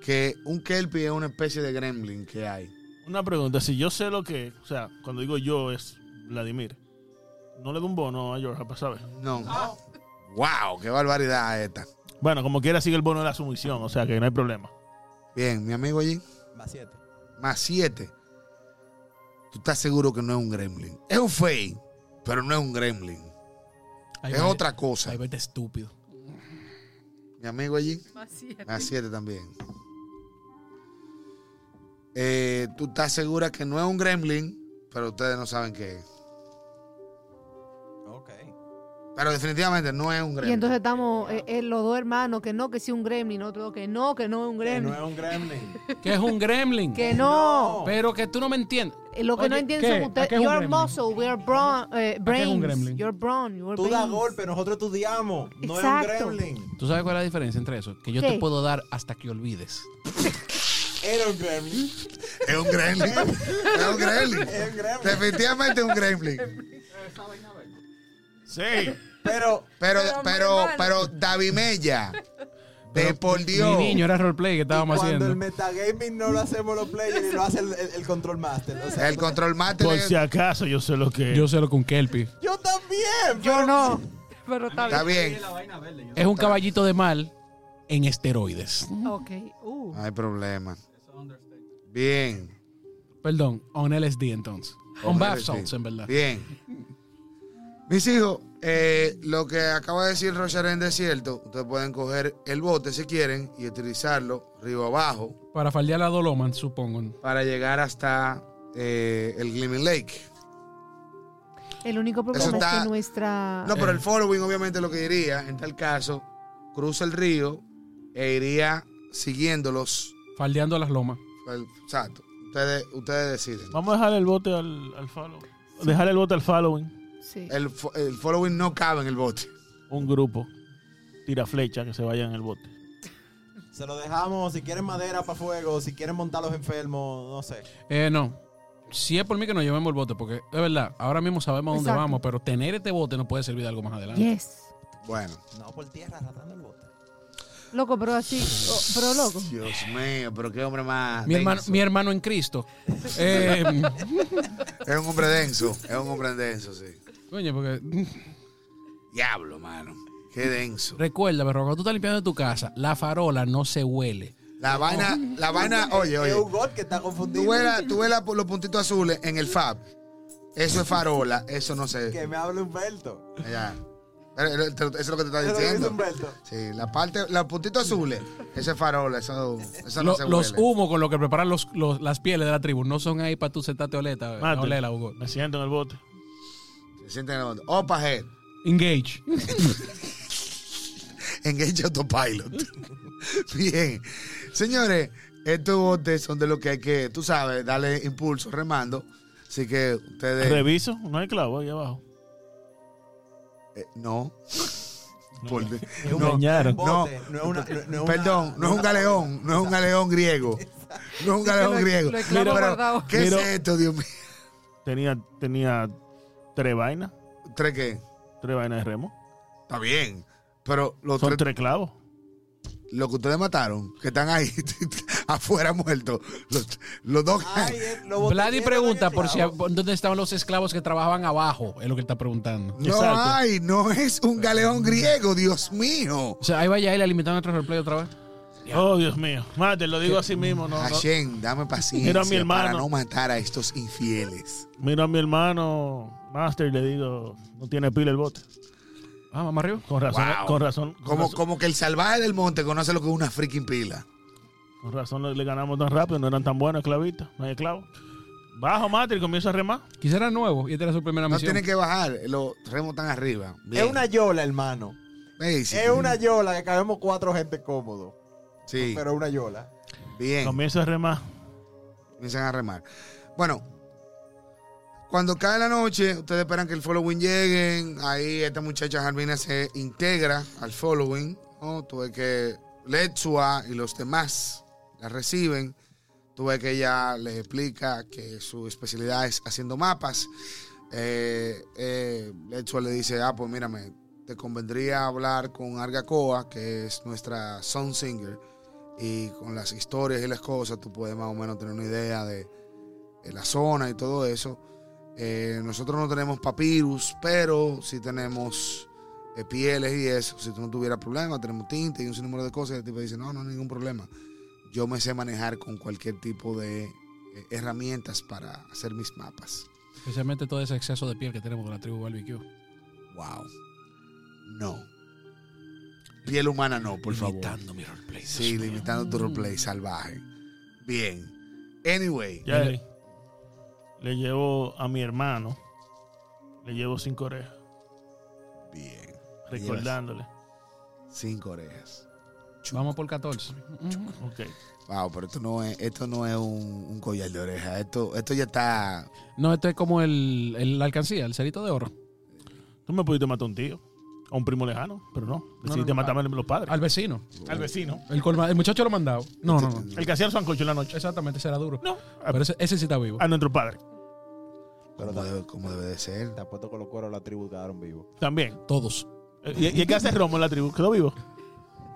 [SPEAKER 4] que un kelpie es una especie de gremlin que hay.
[SPEAKER 2] Una pregunta, si yo sé lo que es, o sea, cuando digo yo es Vladimir, no le doy un bono a Georgia para saber.
[SPEAKER 4] No. ¡Wow! ¡Qué barbaridad esta!
[SPEAKER 2] Bueno, como quiera sigue el bono de la sumisión, o sea que no hay problema.
[SPEAKER 4] Bien, mi amigo allí.
[SPEAKER 1] Más siete.
[SPEAKER 4] más 7. Tú estás seguro que no es un gremlin. Es un fey, pero no es un gremlin.
[SPEAKER 5] Ahí
[SPEAKER 4] es
[SPEAKER 5] va-
[SPEAKER 4] otra cosa.
[SPEAKER 5] Ahí va este estúpido.
[SPEAKER 4] Mi amigo allí,
[SPEAKER 3] Más
[SPEAKER 4] más 7 también. Eh, tú estás segura que no es un gremlin, pero ustedes no saben qué es.
[SPEAKER 1] Ok.
[SPEAKER 4] Pero definitivamente no es un gremlin.
[SPEAKER 3] Y entonces estamos eh, eh, los dos hermanos, que no, que sí un gremlin, otro dos que no, que no es un gremlin.
[SPEAKER 1] es un gremlin.
[SPEAKER 5] Que es un gremlin.
[SPEAKER 3] Que no.
[SPEAKER 5] Pero que tú no me entiendes.
[SPEAKER 3] Eh, Lo que no
[SPEAKER 5] Oye,
[SPEAKER 3] entienden
[SPEAKER 5] ¿qué?
[SPEAKER 3] son
[SPEAKER 5] ¿A
[SPEAKER 3] ustedes.
[SPEAKER 5] qué es un
[SPEAKER 3] Your
[SPEAKER 5] gremlin?
[SPEAKER 3] muscle, we are brawn, eh,
[SPEAKER 5] qué es un
[SPEAKER 3] brains.
[SPEAKER 5] gremlin?
[SPEAKER 3] Your brawn, your
[SPEAKER 1] Tú das
[SPEAKER 3] brains.
[SPEAKER 1] golpe, nosotros estudiamos. No es
[SPEAKER 3] Exacto.
[SPEAKER 1] un gremlin.
[SPEAKER 5] ¿Tú sabes cuál es la diferencia entre eso? Que yo
[SPEAKER 3] ¿Qué?
[SPEAKER 5] te puedo dar hasta que olvides.
[SPEAKER 1] Era un gremlin.
[SPEAKER 4] Es un gremlin. es un gremlin.
[SPEAKER 1] Es un gremlin.
[SPEAKER 4] definitivamente es un gremlin.
[SPEAKER 2] Sí.
[SPEAKER 1] Pero
[SPEAKER 4] Pero,
[SPEAKER 3] Pero,
[SPEAKER 4] pero,
[SPEAKER 3] hermano.
[SPEAKER 4] pero, David Mella. De
[SPEAKER 5] Pero
[SPEAKER 4] por Dios.
[SPEAKER 5] Mi niño era roleplay que
[SPEAKER 1] cuando
[SPEAKER 5] estábamos
[SPEAKER 1] el
[SPEAKER 5] haciendo.
[SPEAKER 1] metagaming no lo hacemos los players y lo hace el, el- el control master. O sea,
[SPEAKER 4] El control mate.
[SPEAKER 2] Por si acaso yo sé lo que es.
[SPEAKER 5] Yo sé lo que un Kelpie.
[SPEAKER 1] Yo también.
[SPEAKER 3] Yo no. Pero está
[SPEAKER 4] Está
[SPEAKER 3] bien.
[SPEAKER 4] bien.
[SPEAKER 5] Es un caballito de mal en esteroides.
[SPEAKER 3] Ok. Uh.
[SPEAKER 4] No hay problema. Bien.
[SPEAKER 5] Perdón, on LSD entonces.
[SPEAKER 4] Hombre,
[SPEAKER 5] On bath
[SPEAKER 4] sí.
[SPEAKER 5] salts, en verdad.
[SPEAKER 4] Bien. Mis hijos, eh, lo que acaba de decir Rocharén es cierto. Ustedes pueden coger el bote si quieren y utilizarlo río abajo
[SPEAKER 5] Para faldear a Doloman, supongo.
[SPEAKER 4] para llegar hasta eh, el Gleaming Lake.
[SPEAKER 3] El único problema
[SPEAKER 4] está-
[SPEAKER 3] es que nuestra.
[SPEAKER 4] No, pero el following obviamente lo que iría, en tal caso, cruza el río e iría siguiéndolos.
[SPEAKER 5] Faldeando las lomas.
[SPEAKER 4] El- Exacto. Ustedes, ustedes deciden.
[SPEAKER 2] Vamos a dejar el bote al, al follow. Dejar el bote al following.
[SPEAKER 3] Sí.
[SPEAKER 4] El, fo- el following no cabe en el bote.
[SPEAKER 2] Un grupo. Tira flecha que se vaya en el bote.
[SPEAKER 5] Eh,
[SPEAKER 1] Se lo dejamos. Si quieren madera para fuego, si quieren montar los enfermos, no sé.
[SPEAKER 5] Eh, no. Si es por mí que nos llevemos el bote, porque es verdad, ahora mismo sabemos a dónde
[SPEAKER 3] Exacto.
[SPEAKER 5] vamos, pero tener este bote nos puede servir de algo más adelante.
[SPEAKER 3] Yes.
[SPEAKER 4] Bueno.
[SPEAKER 1] No, por tierra, arrastrando el bote.
[SPEAKER 3] Loco, pero así. oh, pero loco.
[SPEAKER 4] Dios mío, pero qué hombre más.
[SPEAKER 5] Mi, hermano,
[SPEAKER 4] denso.
[SPEAKER 5] mi hermano en Cristo. Eh,
[SPEAKER 4] Es un hombre denso, es un hombre denso, sí.
[SPEAKER 5] coño, porque
[SPEAKER 4] Diablo, mano. Qué denso.
[SPEAKER 5] recuerda, pero cuando tú estás limpiando tu casa, la farola no se huele.
[SPEAKER 4] La vaina, la vaina, oye, oye.
[SPEAKER 1] Es un god que está
[SPEAKER 4] Tú
[SPEAKER 1] confundido.
[SPEAKER 4] ves, la- tú ves la- los puntitos azules en el Fab. Eso es farola, eso no sé.
[SPEAKER 1] Que me hable Humberto.
[SPEAKER 4] Ya. Eh, eh, te- Eso es lo que te está
[SPEAKER 1] Eso lo dice
[SPEAKER 4] diciendo.
[SPEAKER 1] Humberto.
[SPEAKER 4] Sí, la parte, los puntitos azules, ese farol, eso, eso no
[SPEAKER 5] Lo-
[SPEAKER 4] se
[SPEAKER 5] los
[SPEAKER 4] huele.
[SPEAKER 5] humos con los que preparan los, los- las pieles de la tribu no son ahí para tú sentarte a oleta. a
[SPEAKER 2] Mate,
[SPEAKER 5] olerla, Hugo.
[SPEAKER 2] Me siento en el bote.
[SPEAKER 4] Se sienten en el bote. Opa, head.
[SPEAKER 5] Engage.
[SPEAKER 4] Engage Autopilot. Bien. Señores, estos botes son de lo que hay que, tú sabes, darle impulso remando. Así que ustedes.
[SPEAKER 2] Reviso, no hay clavo ahí abajo.
[SPEAKER 4] eh, no. Por-
[SPEAKER 1] Es un
[SPEAKER 4] no.
[SPEAKER 6] Engañaron.
[SPEAKER 1] bote, no es una- no- no es una-
[SPEAKER 4] Perdón, no es un galeón, no es un galeón griego. No es un
[SPEAKER 3] Lo
[SPEAKER 4] galeón
[SPEAKER 3] he-
[SPEAKER 4] griego.
[SPEAKER 3] lo he clavado
[SPEAKER 4] Pero,
[SPEAKER 3] guardado.
[SPEAKER 4] ¿Qué es
[SPEAKER 2] Mira.
[SPEAKER 4] esto, Dios mío?
[SPEAKER 2] Tenía, tenía tres vainas,
[SPEAKER 4] ¿Tres qué?
[SPEAKER 2] tres vainas de remo.
[SPEAKER 4] Está bien. Pero los
[SPEAKER 2] Son
[SPEAKER 4] tres,
[SPEAKER 2] tres clavos.
[SPEAKER 4] los que ustedes mataron, que están ahí afuera muertos, los, los dos.
[SPEAKER 1] Ay, eh, lo boté
[SPEAKER 5] Vladi
[SPEAKER 1] lleno
[SPEAKER 5] pregunta
[SPEAKER 1] de
[SPEAKER 5] por si
[SPEAKER 1] esclavos.
[SPEAKER 5] por dónde estaban los esclavos que trabajaban abajo. Es lo que él está preguntando.
[SPEAKER 4] no
[SPEAKER 2] exacto.
[SPEAKER 4] hay, no es un galeón griego, Dios mío.
[SPEAKER 5] O sea, ahí vaya él alimentando nuestro replay otra vez.
[SPEAKER 2] Oh, Dios mío. Mate, lo digo así mismo. No, no.
[SPEAKER 4] Hashem, dame paciencia
[SPEAKER 2] Mira a mi hermano.
[SPEAKER 4] para no matar a estos infieles.
[SPEAKER 2] Miro a mi hermano Master y le digo, no tiene pila el bote.
[SPEAKER 5] Ah, mamá arriba.
[SPEAKER 2] Con razón,
[SPEAKER 4] Wow.
[SPEAKER 2] con razón. Con
[SPEAKER 4] Como,
[SPEAKER 2] razón,
[SPEAKER 4] como que el salvaje del monte conoce lo que es una freaking pila.
[SPEAKER 2] con razón le- le ganamos tan rápido, no eran tan buenos esclavistas, no hay esclavos. Bajo Master y comienza a remar.
[SPEAKER 5] Quizá era nuevo y esta era su primera
[SPEAKER 4] No
[SPEAKER 5] misión.
[SPEAKER 4] tienen que bajar, los remos están arriba.
[SPEAKER 1] Es una yola, hermano.
[SPEAKER 4] Ey, sí,
[SPEAKER 1] Es una yola que cabemos cuatro gente cómodo.
[SPEAKER 4] sí,
[SPEAKER 1] Pero es una yola.
[SPEAKER 4] bien.
[SPEAKER 2] Comienza a remar.
[SPEAKER 4] comienzan a remar. Bueno, cuando cae la noche, ustedes esperan que el following lleguen. Ahí esta muchacha Jarmina se integra al following. ¿no? Tuve que Letsua y los demás la reciben. Tuve que ella les explica que su especialidad es haciendo mapas. Eh, eh, Letsua le dice, ah, pues mírame, te convendría hablar con Arga Coa, que es nuestra song singer y con las historias y las cosas tú puedes más o menos tener una idea de, de la zona y todo eso. Eh, nosotros no tenemos papirus, pero sí tenemos eh, pieles y eso. Si tú no tuvieras problema, tenemos tinte y un sinnúmero de cosas. Y el tipo dice, no, no hay ningún problema. Yo me sé manejar con cualquier tipo de eh, herramientas para hacer mis mapas.
[SPEAKER 5] Especialmente todo ese exceso de piel que tenemos con la tribu barbecue.
[SPEAKER 4] Wow. No. Piel humana no, por favor.
[SPEAKER 5] Limitando mi roleplay.
[SPEAKER 4] Sí,
[SPEAKER 5] Dios mío. Mm.
[SPEAKER 4] limitando tu replay salvaje. Bien. Anyway.
[SPEAKER 2] Ya
[SPEAKER 5] Mira.
[SPEAKER 2] le, le llevo a mi hermano, le llevo cinco orejas,
[SPEAKER 4] Bien.
[SPEAKER 2] recordándole.
[SPEAKER 4] Cinco orejas.
[SPEAKER 5] Vamos por 14.
[SPEAKER 2] Ok.
[SPEAKER 4] Wow, pero esto no es, esto no es un, un collar de orejas. Esto, esto ya está.
[SPEAKER 5] No, esto es como el, el- la alcancía, el cerito de oro.
[SPEAKER 2] Tú me pudiste matar a un tío, a un primo lejano, pero no. Decidiste
[SPEAKER 5] no,
[SPEAKER 2] matarme a los padres.
[SPEAKER 5] Al vecino.
[SPEAKER 2] Al vecino.
[SPEAKER 5] El, colma- el muchacho lo mandado. No, no, no.
[SPEAKER 2] El que hacía el sancocho en la noche.
[SPEAKER 5] Exactamente, será duro.
[SPEAKER 2] No, a,
[SPEAKER 5] Pero ese, ese sí está vivo.
[SPEAKER 2] a nuestro padre.
[SPEAKER 4] Como debe, como debe de ser.
[SPEAKER 1] Te apuesto con los cueros la tribu quedaron vivos.
[SPEAKER 2] También.
[SPEAKER 5] Todos.
[SPEAKER 2] Eh, ¿Y, y el que hace romo en la tribu? ¿Quedó vivo?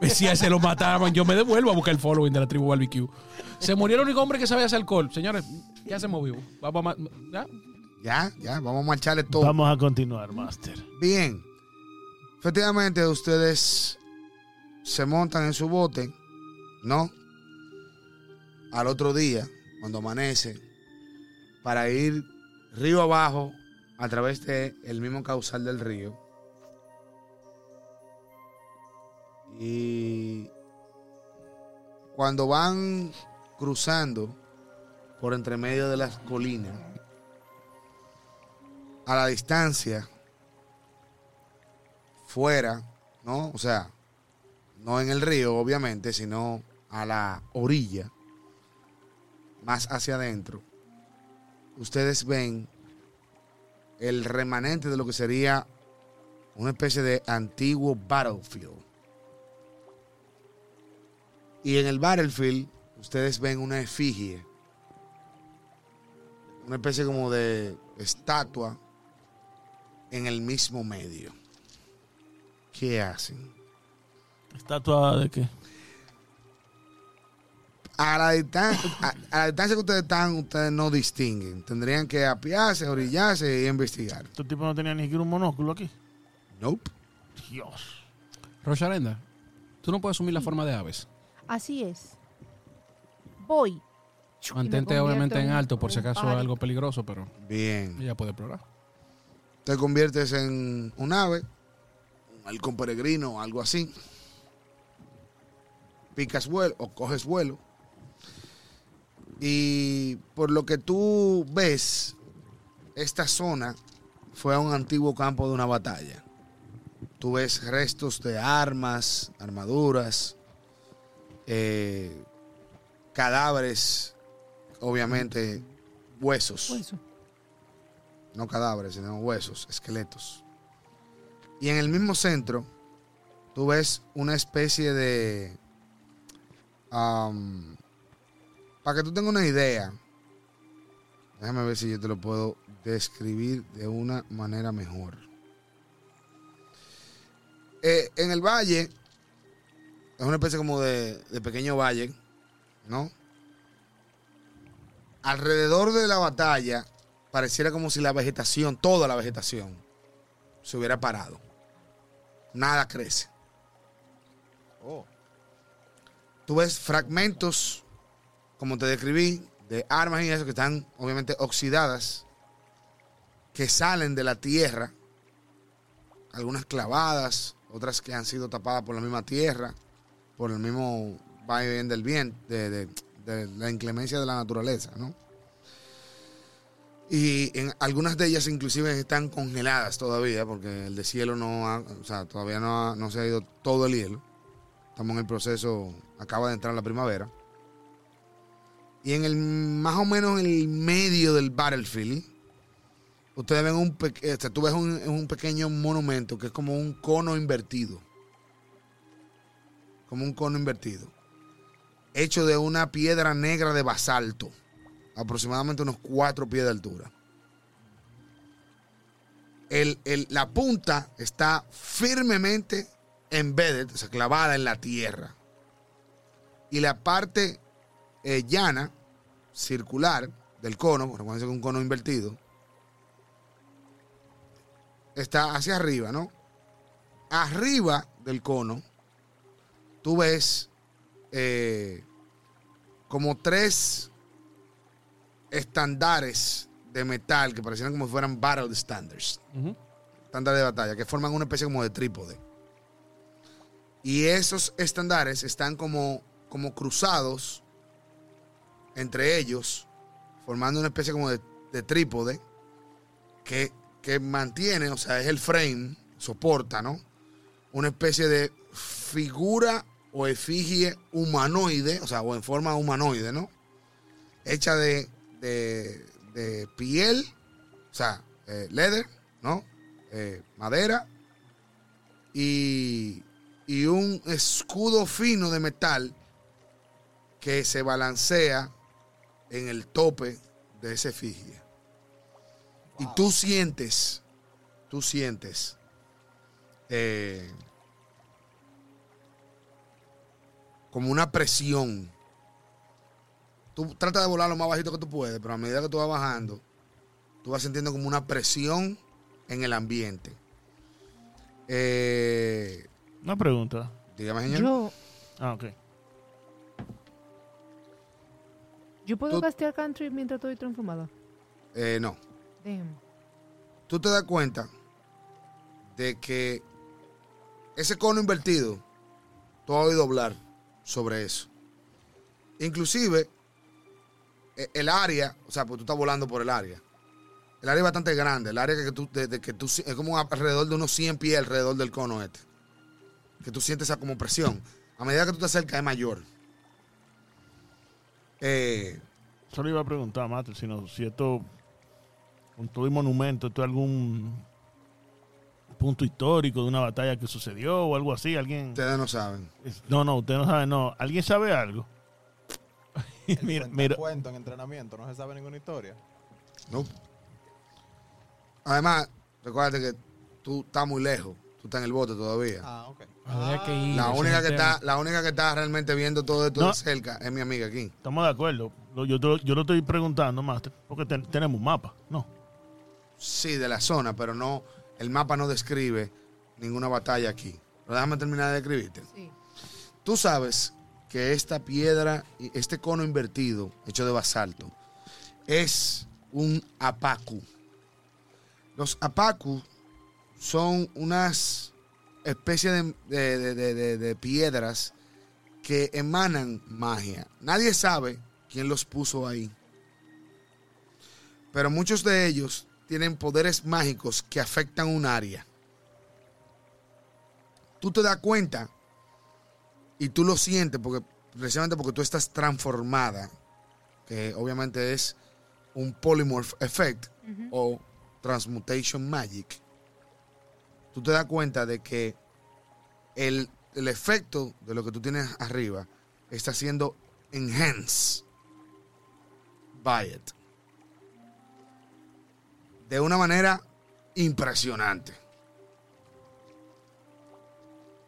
[SPEAKER 5] Si a ese lo mataban, yo me devuelvo a buscar el following de la tribu barbecue. Se murió el único hombre que sabía hacer alcohol. Señores, ya hacemos vivo. Vamos a ma- ¿ya?
[SPEAKER 4] Ya, ya, vamos a marcharle todo.
[SPEAKER 2] Vamos a continuar, Master.
[SPEAKER 4] Bien. Efectivamente, ustedes se montan en su bote, ¿no? Al otro día, cuando amanece, para ir río abajo a través del el mismo causal del río. Y cuando van cruzando por entre medio de las colinas, a la distancia, fuera, ¿no? O sea, no en el río, obviamente, sino a la orilla, más hacia adentro, ustedes ven el remanente de lo que sería una especie de antiguo battlefield. Y en el battlefield, ustedes ven una efigie, una especie como de estatua en el mismo medio. ¿Qué hacen?
[SPEAKER 2] ¿Estatua de qué?
[SPEAKER 4] A la, distan- a- a la distancia que ustedes están, ustedes no distinguen. Tendrían que apiarse, orillarse y investigar.
[SPEAKER 2] Este tipo no tenía ni siquiera un monóculo aquí.
[SPEAKER 4] Nope.
[SPEAKER 2] Dios.
[SPEAKER 5] Rocharenda, tú no puedes asumir la forma de aves.
[SPEAKER 3] Así es. Voy. Y me
[SPEAKER 5] Mantente
[SPEAKER 3] convierto
[SPEAKER 5] obviamente en alto por si
[SPEAKER 3] un
[SPEAKER 5] acaso
[SPEAKER 3] pajarito.
[SPEAKER 5] algo peligroso, pero
[SPEAKER 4] Bien.
[SPEAKER 5] ella puede explorar.
[SPEAKER 4] Te conviertes en un ave, halcón peregrino o algo así. Picas vuelo o coges vuelo. Y por lo que tú ves, esta zona fue un antiguo campo de una batalla. Tú ves restos de armas, armaduras, eh, cadáveres, obviamente huesos
[SPEAKER 3] Hueso.
[SPEAKER 4] no cadáveres, sino huesos, esqueletos. Y en el mismo centro, tú ves una especie de... am, para que tú tengas una idea, déjame ver si yo te lo puedo describir de una manera mejor. Eh, en el valle, es una especie como de, de pequeño valle, ¿no? Alrededor de la batalla pareciera como si la vegetación, toda la vegetación, se hubiera parado. Nada crece.
[SPEAKER 1] Oh,
[SPEAKER 4] Tú ves fragmentos, como te describí, de armas y eso que están obviamente oxidadas, que salen de la tierra, algunas clavadas, otras que han sido tapadas por la misma tierra, por el mismo va y ven del bien, de, de- de la inclemencia de la naturaleza, ¿no? Y en algunas de ellas inclusive están congeladas todavía, porque el de cielo no ha, o sea, todavía no, ha- no se ha ido todo el hielo. Estamos en el proceso, acaba de entrar la primavera. Y en el más o menos en el medio del battlefield, ustedes ven un, pe- este, tú ves un, un pequeño monumento que es como un cono invertido. Como un cono invertido. Hecho de una piedra negra de basalto. Aproximadamente unos cuatro pies de altura. El- el- la punta está firmemente embedded, o sea, clavada en la tierra. Y la parte eh, llana, circular, del cono, porque recuerden que es un cono invertido, está hacia arriba, ¿no? Arriba del cono, tú ves eh, como tres estandares de metal que parecieran como si fueran battle standards
[SPEAKER 5] Ujú.
[SPEAKER 4] estándares de batalla, que forman una especie como de trípode. Y esos estándares están como, como cruzados entre ellos, formando una especie como de, de trípode que, que mantiene, o sea, es el frame, soporta, ¿no? Una especie de figura o efigie humanoide, o sea, o en forma humanoide, ¿no? Hecha de, de, de piel, o sea, eh, leather, ¿no? eh, madera y, y un escudo fino de metal que se balancea en el tope de esa efigie. Y tú sientes, tú sientes eh, como una presión. Tú tratas de volar lo más bajito que tú puedes, pero a medida que tú vas bajando, tú vas sintiendo como una presión en el ambiente. Eh,
[SPEAKER 2] Una pregunta.
[SPEAKER 4] dígame, señor.
[SPEAKER 3] Yo,
[SPEAKER 2] Ah, ok.
[SPEAKER 3] yo puedo
[SPEAKER 4] Tú-
[SPEAKER 3] castear country mientras estoy transformada.
[SPEAKER 4] Eh, no.
[SPEAKER 3] Damn.
[SPEAKER 4] Tú te das cuenta de que ese cono invertido, tú has oído hablar sobre eso. Inclusive, e- el área, o sea, pues tú estás volando por el área. El área es bastante grande. El área que tú, de- de que tú si- es como alrededor de unos 100 pies alrededor del cono este. Que tú sientes esa como presión. A medida que tú te acercas es mayor. Eh,
[SPEAKER 2] Solo iba a preguntar, Mate, si, no, si esto, con todo el monumento, esto es algún punto histórico de una batalla que sucedió o algo así. ¿Alguien?
[SPEAKER 4] ustedes no saben.
[SPEAKER 2] No, no, usted no sabe, no. ¿Alguien sabe algo?
[SPEAKER 1] mira,
[SPEAKER 2] mira, mira.
[SPEAKER 1] cuento en entrenamiento, no se sabe ninguna historia.
[SPEAKER 4] No. Además, recuérdate que tú estás muy lejos. Tú estás en el bote todavía.
[SPEAKER 1] Ah, ok.
[SPEAKER 5] Habría que ir.
[SPEAKER 4] la,
[SPEAKER 5] ese
[SPEAKER 4] única
[SPEAKER 5] es
[SPEAKER 4] que
[SPEAKER 5] el tema.
[SPEAKER 4] está, la única que está realmente viendo todo esto
[SPEAKER 2] No.
[SPEAKER 4] de cerca es mi amiga aquí.
[SPEAKER 2] Estamos de acuerdo. Lo- Yo, te lo- yo lo estoy preguntando, Master, porque ten- tenemos un mapa, ¿no?
[SPEAKER 4] Sí, de la zona, pero no. El mapa no describe ninguna batalla aquí. Pero déjame terminar de describirte.
[SPEAKER 3] Sí.
[SPEAKER 4] Tú sabes que esta piedra, y este cono invertido, hecho de basalto, es un apacu. Los apacu son unas especie de, de- de- de- de- de piedras que emanan magia. Nadie sabe quién los puso ahí. Pero muchos de ellos tienen poderes mágicos que afectan un área. Tú te das cuenta y tú lo sientes porque precisamente porque tú estás transformada, que obviamente es un polymorph effect o transmutation magic tú te das cuenta de que el, el efecto de lo que tú tienes arriba está siendo enhanced by it. De una manera impresionante.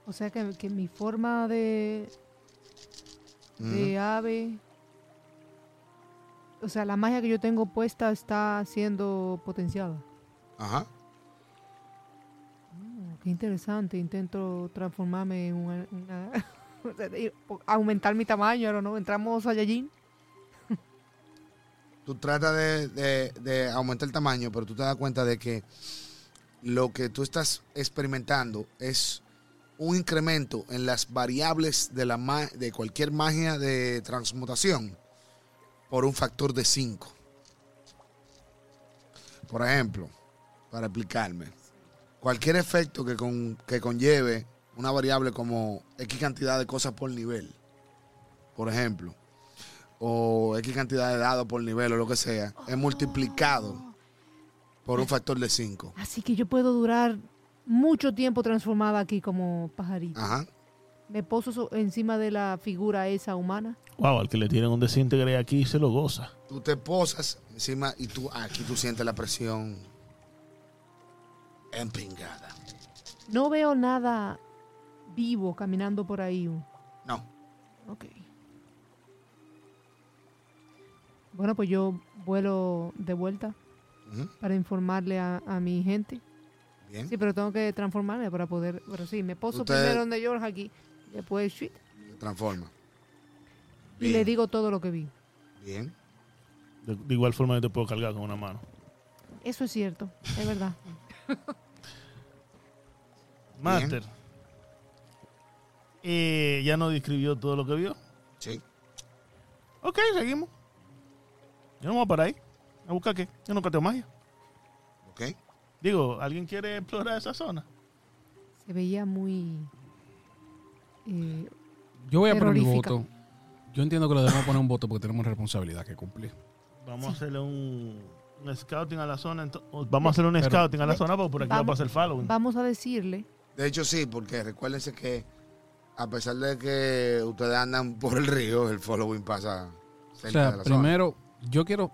[SPEAKER 3] O sea que, que mi forma de, de ave. O sea, la magia que yo tengo puesta está siendo potenciada.
[SPEAKER 4] Ajá.
[SPEAKER 3] Mm, Qué interesante. Intento transformarme en una. una- o sea, de- aumentar mi tamaño, ahora no. Entramos a Yajin.
[SPEAKER 4] Tú tratas de, de- de aumentar el tamaño, pero tú te das cuenta de que lo que tú estás experimentando es un incremento en las variables de, la ma- de cualquier magia de transmutación por un factor de 5. Por ejemplo, para explicarme, cualquier efecto que, con- que conlleve una variable como X cantidad de cosas por nivel, por ejemplo, o X cantidad de dados por nivel o lo que sea, es multiplicado por un factor de 5.
[SPEAKER 3] Así que yo puedo durar mucho tiempo transformada aquí como pajarito.
[SPEAKER 4] Ajá.
[SPEAKER 3] Me poso so- encima de la figura esa humana.
[SPEAKER 2] Wow, al que le tienen un desintegre aquí se lo goza.
[SPEAKER 4] Tú te posas encima y tú aquí tú sientes la presión empingada.
[SPEAKER 3] No veo nada vivo caminando por ahí.
[SPEAKER 4] No.
[SPEAKER 3] Ok. Bueno, pues yo vuelo de vuelta
[SPEAKER 4] Ujú.
[SPEAKER 3] para informarle a, a mi gente.
[SPEAKER 4] Bien.
[SPEAKER 3] Sí, pero tengo que transformarme para poder. Pero sí, me poso
[SPEAKER 4] Usted-
[SPEAKER 3] primero en New York aquí, después shit,
[SPEAKER 4] Se transforma.
[SPEAKER 3] y le digo todo lo que vi.
[SPEAKER 4] Bien.
[SPEAKER 2] De, de igual forma yo te puedo cargar con una mano.
[SPEAKER 3] Eso es cierto, es verdad.
[SPEAKER 2] Master. Eh, ya no describió todo lo que vio.
[SPEAKER 4] Sí.
[SPEAKER 2] Ok, seguimos. Yo no me voy a parar ahí. ¿A buscar qué? Yo nunca tengo magia.
[SPEAKER 4] Ok.
[SPEAKER 2] Digo, ¿alguien quiere explorar esa zona?
[SPEAKER 3] Se veía muy. eh,
[SPEAKER 5] Yo voy a poner mi
[SPEAKER 3] Terrorífica.
[SPEAKER 5] voto. Yo entiendo que lo debemos poner un voto porque tenemos responsabilidad que cumplir.
[SPEAKER 2] Vamos a hacerle un, un scouting a la zona. ento- o Vamos a hacerle un
[SPEAKER 5] Pero-
[SPEAKER 2] scouting a la
[SPEAKER 3] Ve-
[SPEAKER 2] zona porque por aquí va a
[SPEAKER 3] vamos-
[SPEAKER 2] pasar el following.
[SPEAKER 3] vamos a decirle
[SPEAKER 4] De hecho, sí, porque recuérdense que a pesar de que ustedes andan por el río, el following pasa cerca
[SPEAKER 5] O
[SPEAKER 4] de
[SPEAKER 5] sea,
[SPEAKER 4] la
[SPEAKER 5] primero, yo quiero.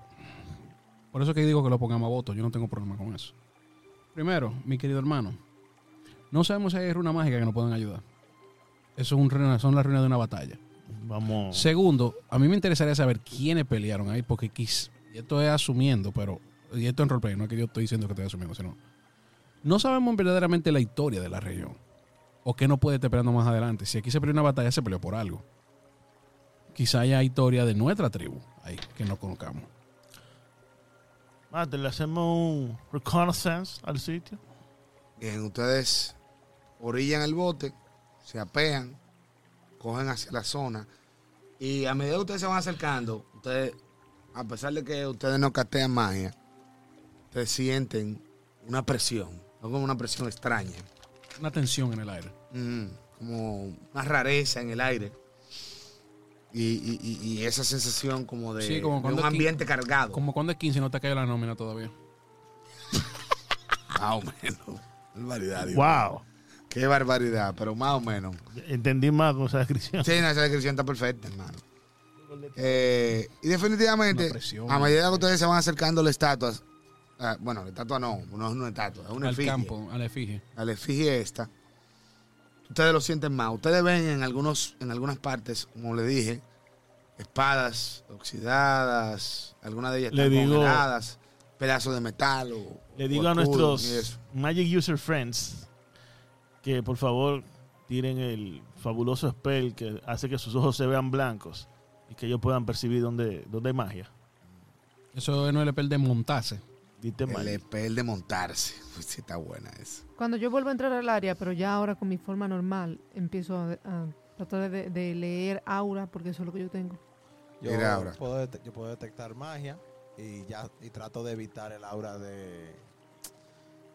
[SPEAKER 5] Por eso que digo que lo pongamos a voto. Yo no tengo problema con eso. Primero, mi querido hermano, no sabemos si hay runa mágica que nos puedan ayudar. Eso es un ruina- son las ruinas de una batalla.
[SPEAKER 2] Vamos.
[SPEAKER 5] Segundo, a mí me interesaría saber quiénes pelearon ahí, porque quis. Y esto es asumiendo, pero. Y esto en roleplay, no es que yo estoy diciendo que estoy asumiendo, sino. No sabemos verdaderamente la historia de la región. O qué no puede estar esperando más adelante. Si aquí se peleó una batalla, se peleó por algo. Quizá haya historia de nuestra tribu ahí, que no conozcamos.
[SPEAKER 2] Master, le hacemos un reconnaissance al sitio.
[SPEAKER 4] zona. Bien, ustedes orillan el bote, se apean, cogen hacia la zona y a medida que ustedes se van acercando, ustedes, a pesar de que ustedes no castean magia, ustedes sienten una presión, no como una presión extraña.
[SPEAKER 5] Una tensión en el aire.
[SPEAKER 4] Mm, como una rareza en el aire. Y, y- y- y esa sensación como de,
[SPEAKER 5] Sí, como
[SPEAKER 4] de
[SPEAKER 5] cuando
[SPEAKER 4] un
[SPEAKER 5] aquí-
[SPEAKER 4] ambiente cargado.
[SPEAKER 5] Como cuando es 15 y no te cae la nómina todavía.
[SPEAKER 4] Más o menos. Barbaridad, Dios.
[SPEAKER 2] Wow.
[SPEAKER 4] Qué barbaridad, pero más o menos.
[SPEAKER 2] Entendí más con esa descripción.
[SPEAKER 4] Sí, no, esa descripción está perfecta, hermano. Eh, y definitivamente,
[SPEAKER 5] Una presión.
[SPEAKER 4] a medida que ustedes se van acercando a la estatua, ah, bueno, la estatua no, no es una estatua, es una
[SPEAKER 5] al
[SPEAKER 4] efigie.
[SPEAKER 5] campo, a la efigie.
[SPEAKER 4] a la efigie esta, ustedes lo sienten más. Ustedes ven en, algunos, en algunas partes, como le dije, espadas oxidadas, algunas de ellas
[SPEAKER 2] Le
[SPEAKER 4] están
[SPEAKER 2] digo-
[SPEAKER 4] congeladas, pedazos de metal. o-
[SPEAKER 2] Le
[SPEAKER 4] o
[SPEAKER 2] digo a
[SPEAKER 4] escudos y
[SPEAKER 2] nuestros
[SPEAKER 4] eso.
[SPEAKER 2] Magic User Friends que por favor tiren el fabuloso spell que hace que sus ojos se vean blancos y que ellos puedan percibir dónde, dónde hay magia.
[SPEAKER 5] Eso no es el papel de montarse.
[SPEAKER 2] Diste mal.
[SPEAKER 4] El EPL de montarse. Pues sí, está buena esa.
[SPEAKER 3] Cuando yo vuelvo a entrar al área, pero ya ahora con mi forma normal, empiezo a, a tratar de, de leer aura porque eso es lo que yo tengo.
[SPEAKER 4] Yo Mira ahora.
[SPEAKER 1] Puedo dete- yo puedo detectar magia y ya y trato de evitar el aura de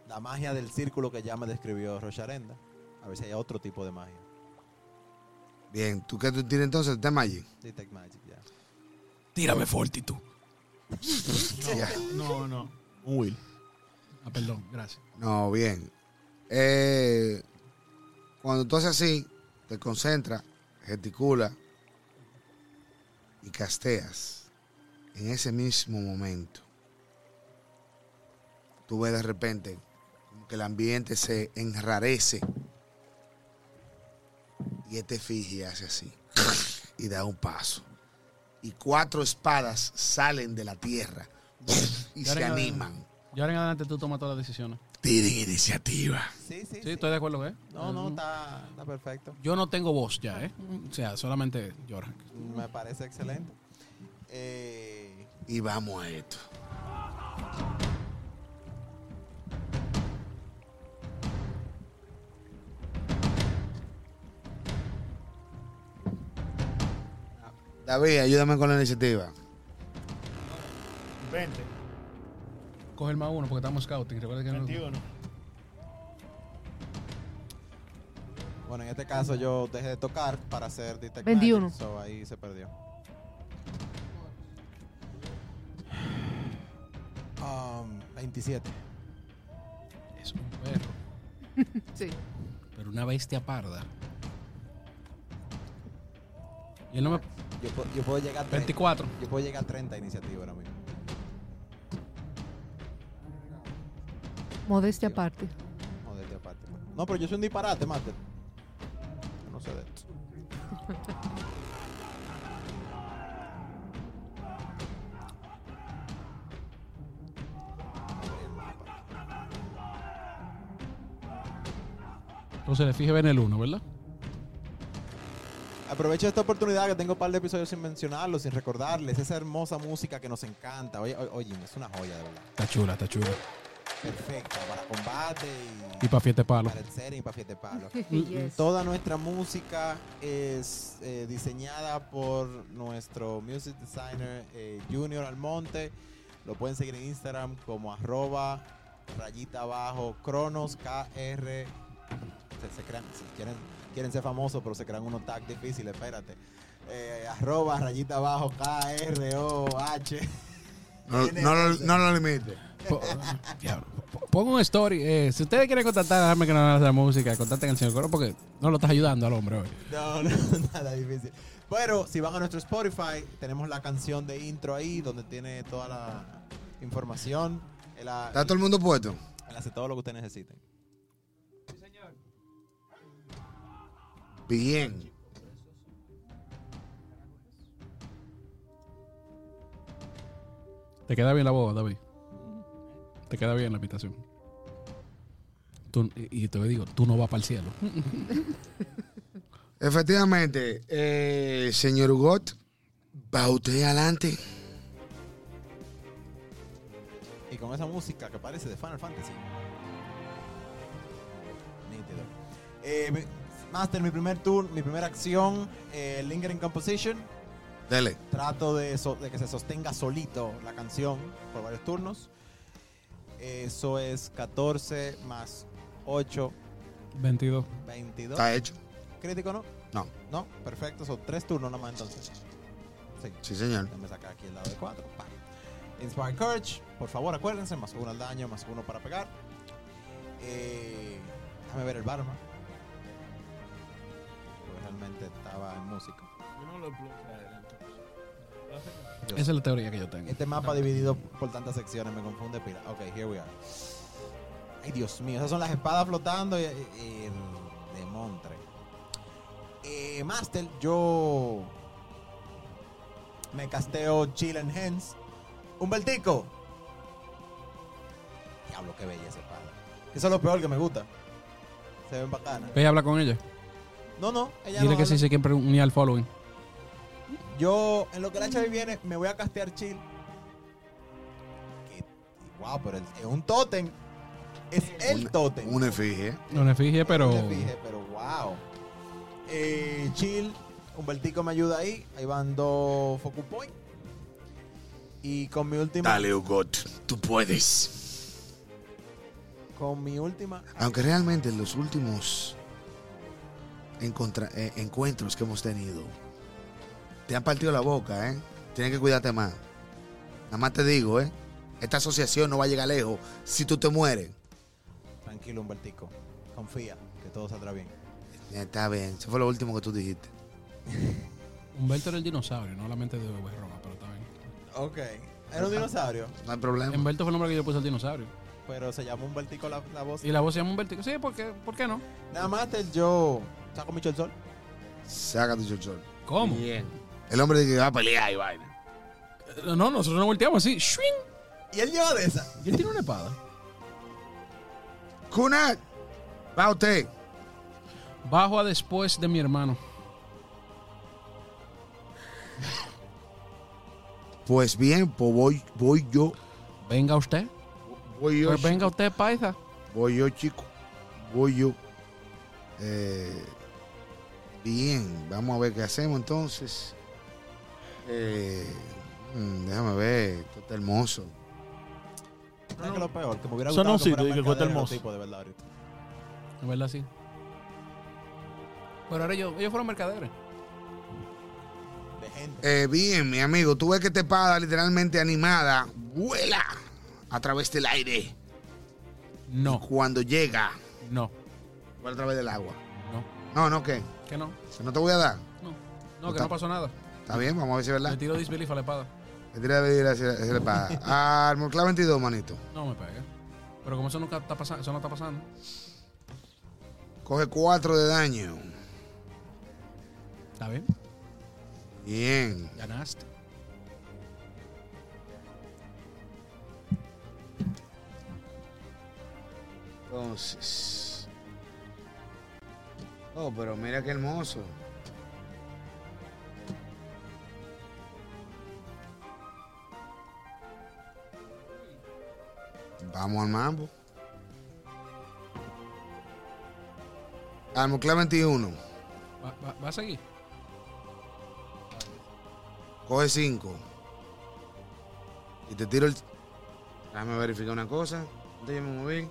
[SPEAKER 1] la magia del círculo que ya me describió Rocharenda. A ver si hay otro tipo de magia.
[SPEAKER 4] Bien, ¿tú qué tú tienes entonces? ¿Te Magic?
[SPEAKER 1] Detect Magic, ya.
[SPEAKER 5] Tírame fortitud.
[SPEAKER 4] Ya.
[SPEAKER 2] No, no. Un Will.
[SPEAKER 5] Ah, perdón, gracias.
[SPEAKER 4] No, bien. Eh, cuando tú haces así, te concentras, gesticula y casteas. En ese mismo momento, tú ves de repente como que el ambiente se enrarece y este fiji hace así y da un paso. Y cuatro espadas salen de la tierra y
[SPEAKER 5] Ya
[SPEAKER 4] se
[SPEAKER 5] era-
[SPEAKER 4] animan.
[SPEAKER 5] Y ahora en adelante tú tomas todas las decisiones.
[SPEAKER 4] Tiren iniciativa.
[SPEAKER 1] Sí, sí,
[SPEAKER 5] Sí,
[SPEAKER 1] sí.
[SPEAKER 5] estoy de acuerdo, ¿eh?
[SPEAKER 1] No, no, está, está perfecto.
[SPEAKER 5] Yo no tengo voz ya, ¿eh? O sea, solamente llora.
[SPEAKER 1] Me parece excelente. Eh,
[SPEAKER 4] Y vamos a esto. David, ayúdame con la iniciativa.
[SPEAKER 2] 20.
[SPEAKER 5] Coge el más uno porque estamos scouting. Recuerda que no-
[SPEAKER 2] 21.
[SPEAKER 1] bueno, en este caso yo dejé de tocar para hacer Detect
[SPEAKER 3] 21.
[SPEAKER 1] Magic, so ahí se perdió. Um, 27.
[SPEAKER 5] Es un perro.
[SPEAKER 3] Sí.
[SPEAKER 5] Pero una bestia parda. Y él no me...
[SPEAKER 1] Yo, puedo- yo puedo llegar a 30.
[SPEAKER 5] 24.
[SPEAKER 1] Yo puedo llegar a 30 iniciativa ahora mismo.
[SPEAKER 3] Modestia aparte.
[SPEAKER 1] Modestia aparte. No, pero yo soy un disparate, mate. Yo no sé de esto.
[SPEAKER 5] Entonces le fije en el uno, ¿verdad?
[SPEAKER 1] Aprovecho esta oportunidad que tengo un par de episodios sin mencionarlos, sin recordarles. Esa hermosa música que nos encanta. Oye, o- oye, es una joya de verdad.
[SPEAKER 5] Está chula, está chula.
[SPEAKER 1] Perfecta para combate y,
[SPEAKER 5] Y para fiesta de palo.
[SPEAKER 1] para el setting y para fiesta de palo.
[SPEAKER 3] Yes.
[SPEAKER 1] Toda nuestra música es eh, diseñada por nuestro music designer eh, Junior Almonte. Lo pueden seguir en Instagram como arroba rayita abajo Cronos KR. Se, se crean, si quieren, quieren ser famosos, pero se crean unos tags difíciles, espérate. Eh, arroba rayita abajo K-R-O-H.
[SPEAKER 4] No, no lo, no lo limite.
[SPEAKER 5] Po- Diablo, po- Pongo un story. eh, si ustedes quieren contactar a Jaime que no hace la música, contacten al señor Coro porque no lo estás ayudando al hombre hoy.
[SPEAKER 1] No, no, nada difícil. Pero si van a nuestro Spotify, tenemos la canción de intro ahí, donde tiene toda la información. Él, ha-
[SPEAKER 4] ¿Está todo el mundo puesto?
[SPEAKER 1] él hace todo lo que ustedes necesiten.
[SPEAKER 4] Bien.
[SPEAKER 5] Te queda bien la voz, David. Te queda bien la invitación. Tú- y y te digo, tú no vas para el cielo.
[SPEAKER 4] Efectivamente, eh, señor Hugot, va usted adelante.
[SPEAKER 1] Y con esa música que parece de Final Fantasy. Nítido. Eh, mi- Master, mi primer turno, mi primera acción, eh, Lingering Composition.
[SPEAKER 4] Dele.
[SPEAKER 1] Trato de, so- de que se sostenga solito la canción por varios turnos. Eso es 14 más 8,
[SPEAKER 5] 22.
[SPEAKER 1] 22.
[SPEAKER 4] ¿Está hecho?
[SPEAKER 1] ¿Crítico no?
[SPEAKER 4] No.
[SPEAKER 1] No, perfecto, son tres turnos nomás entonces. Sí,
[SPEAKER 4] Sí, señor.
[SPEAKER 1] déjame sacar aquí el lado de cuatro. pa. Inspire Courage, por favor acuérdense, más uno al daño, más uno para pegar. Eh, déjame ver el barman. Porque realmente estaba en música.
[SPEAKER 5] Esa es la teoría que yo tengo.
[SPEAKER 1] Este mapa dividido por tantas secciones me confunde pila. Ok, here we are. Ay, Dios mío, esas son las espadas flotando y, y- y el de Montre. Eh, Master, yo me casteo Chill and Hands. Un beltico. Diablo, qué bella esa espada. Eso es lo peor que me gusta. Se ven bacanas.
[SPEAKER 5] Ve y habla con ella.
[SPEAKER 1] No, no, ella
[SPEAKER 5] Dile
[SPEAKER 1] no
[SPEAKER 5] que
[SPEAKER 1] habla.
[SPEAKER 5] sí se quieren unir al following.
[SPEAKER 1] Yo, en lo que la Chavi viene, me voy a castear chill. Que, Wow, pero el- es un tótem. Es el tótem.
[SPEAKER 4] Una efigie.
[SPEAKER 5] No me fijé, pero.
[SPEAKER 1] No me fijé, pero wow. Eh, chill. Humbertico me ayuda ahí. Ahí van dos Focus Point. Y con mi última.
[SPEAKER 4] Dale, Ugot, tú puedes.
[SPEAKER 1] Con mi última.
[SPEAKER 4] Aunque realmente en los últimos encontra- eh, encuentros que hemos tenido, te han partido la boca, ¿eh? Tienes que cuidarte más. Nada más te digo, ¿eh? Esta asociación no va a llegar lejos si tú te mueres.
[SPEAKER 1] Tranquilo, Humbertico. Confía que todo saldrá bien.
[SPEAKER 4] Ya Está bien, eso fue lo último que tú dijiste.
[SPEAKER 5] Humberto era el dinosaurio, no la mente de Bob Roma, pero está bien.
[SPEAKER 1] Ok. Era un dinosaurio,
[SPEAKER 4] No hay problema.
[SPEAKER 5] Humberto fue el nombre que yo le puse al dinosaurio.
[SPEAKER 1] pero se llama Humbertico la, la voz.
[SPEAKER 5] Y la voz se llama Humberto. Sí, ¿por qué, ¿por qué no?
[SPEAKER 1] Nada más te- yo saco mi cholsol.
[SPEAKER 4] Saca tu chochol.
[SPEAKER 5] ¿Cómo?
[SPEAKER 4] El hombre dice que va a pelear y vaina.
[SPEAKER 5] Eh, No, nosotros no volteamos así. ¡Shwing!
[SPEAKER 1] Y él lleva de esa.
[SPEAKER 5] Y él tiene una espada.
[SPEAKER 4] Kunal, va usted.
[SPEAKER 5] Bajo a después de mi hermano.
[SPEAKER 4] Pues bien, pues voy, voy yo.
[SPEAKER 5] Venga usted.
[SPEAKER 4] Voy yo.
[SPEAKER 5] Pues venga usted, paisa.
[SPEAKER 4] Voy yo, chico. Voy yo. Eh, bien, vamos a ver qué hacemos entonces. Eh, mm, déjame ver, esto está hermoso.
[SPEAKER 1] ¿Sabes qué es lo peor? Que me hubiera
[SPEAKER 2] Eso no
[SPEAKER 1] gustado
[SPEAKER 2] sirve,
[SPEAKER 1] fuera
[SPEAKER 2] que
[SPEAKER 1] un
[SPEAKER 2] cuesta
[SPEAKER 1] mercader
[SPEAKER 2] hermoso.
[SPEAKER 1] tipo, de verdad, ahorita.
[SPEAKER 5] En verdad, sí. Pero ahora ellos, ellos fueron mercaderes.
[SPEAKER 1] De gente.
[SPEAKER 4] Eh, bien, mi amigo, tú ves que esta espada literalmente animada vuela a través del aire.
[SPEAKER 5] No,
[SPEAKER 4] Cuando llega,
[SPEAKER 5] no,
[SPEAKER 4] vuela a través del agua.
[SPEAKER 5] no.
[SPEAKER 4] No, no, ¿qué?
[SPEAKER 5] Que no,
[SPEAKER 4] Que No te voy a dar.
[SPEAKER 5] no. No, que no pasó nada.
[SPEAKER 4] Está bien, vamos a ver si es
[SPEAKER 5] Le
[SPEAKER 4] verdad.
[SPEAKER 5] tiro disbelief a la espada.
[SPEAKER 4] Me tira de ir hacia- hacia la espada. Armor clave 22, manito.
[SPEAKER 5] No me pega. Pero como eso nunca está pasando, eso no está pasando.
[SPEAKER 4] Coge 4 de daño.
[SPEAKER 5] Está bien.
[SPEAKER 4] Bien.
[SPEAKER 5] Ganaste.
[SPEAKER 4] Entonces. Oh, pero mira qué hermoso. Vamos al mambo. Almocla 21.
[SPEAKER 5] Va, va- va a seguir.
[SPEAKER 4] Coge 5. Y te tiro el. Déjame verificar una cosa. ¿Dónde yo me moví?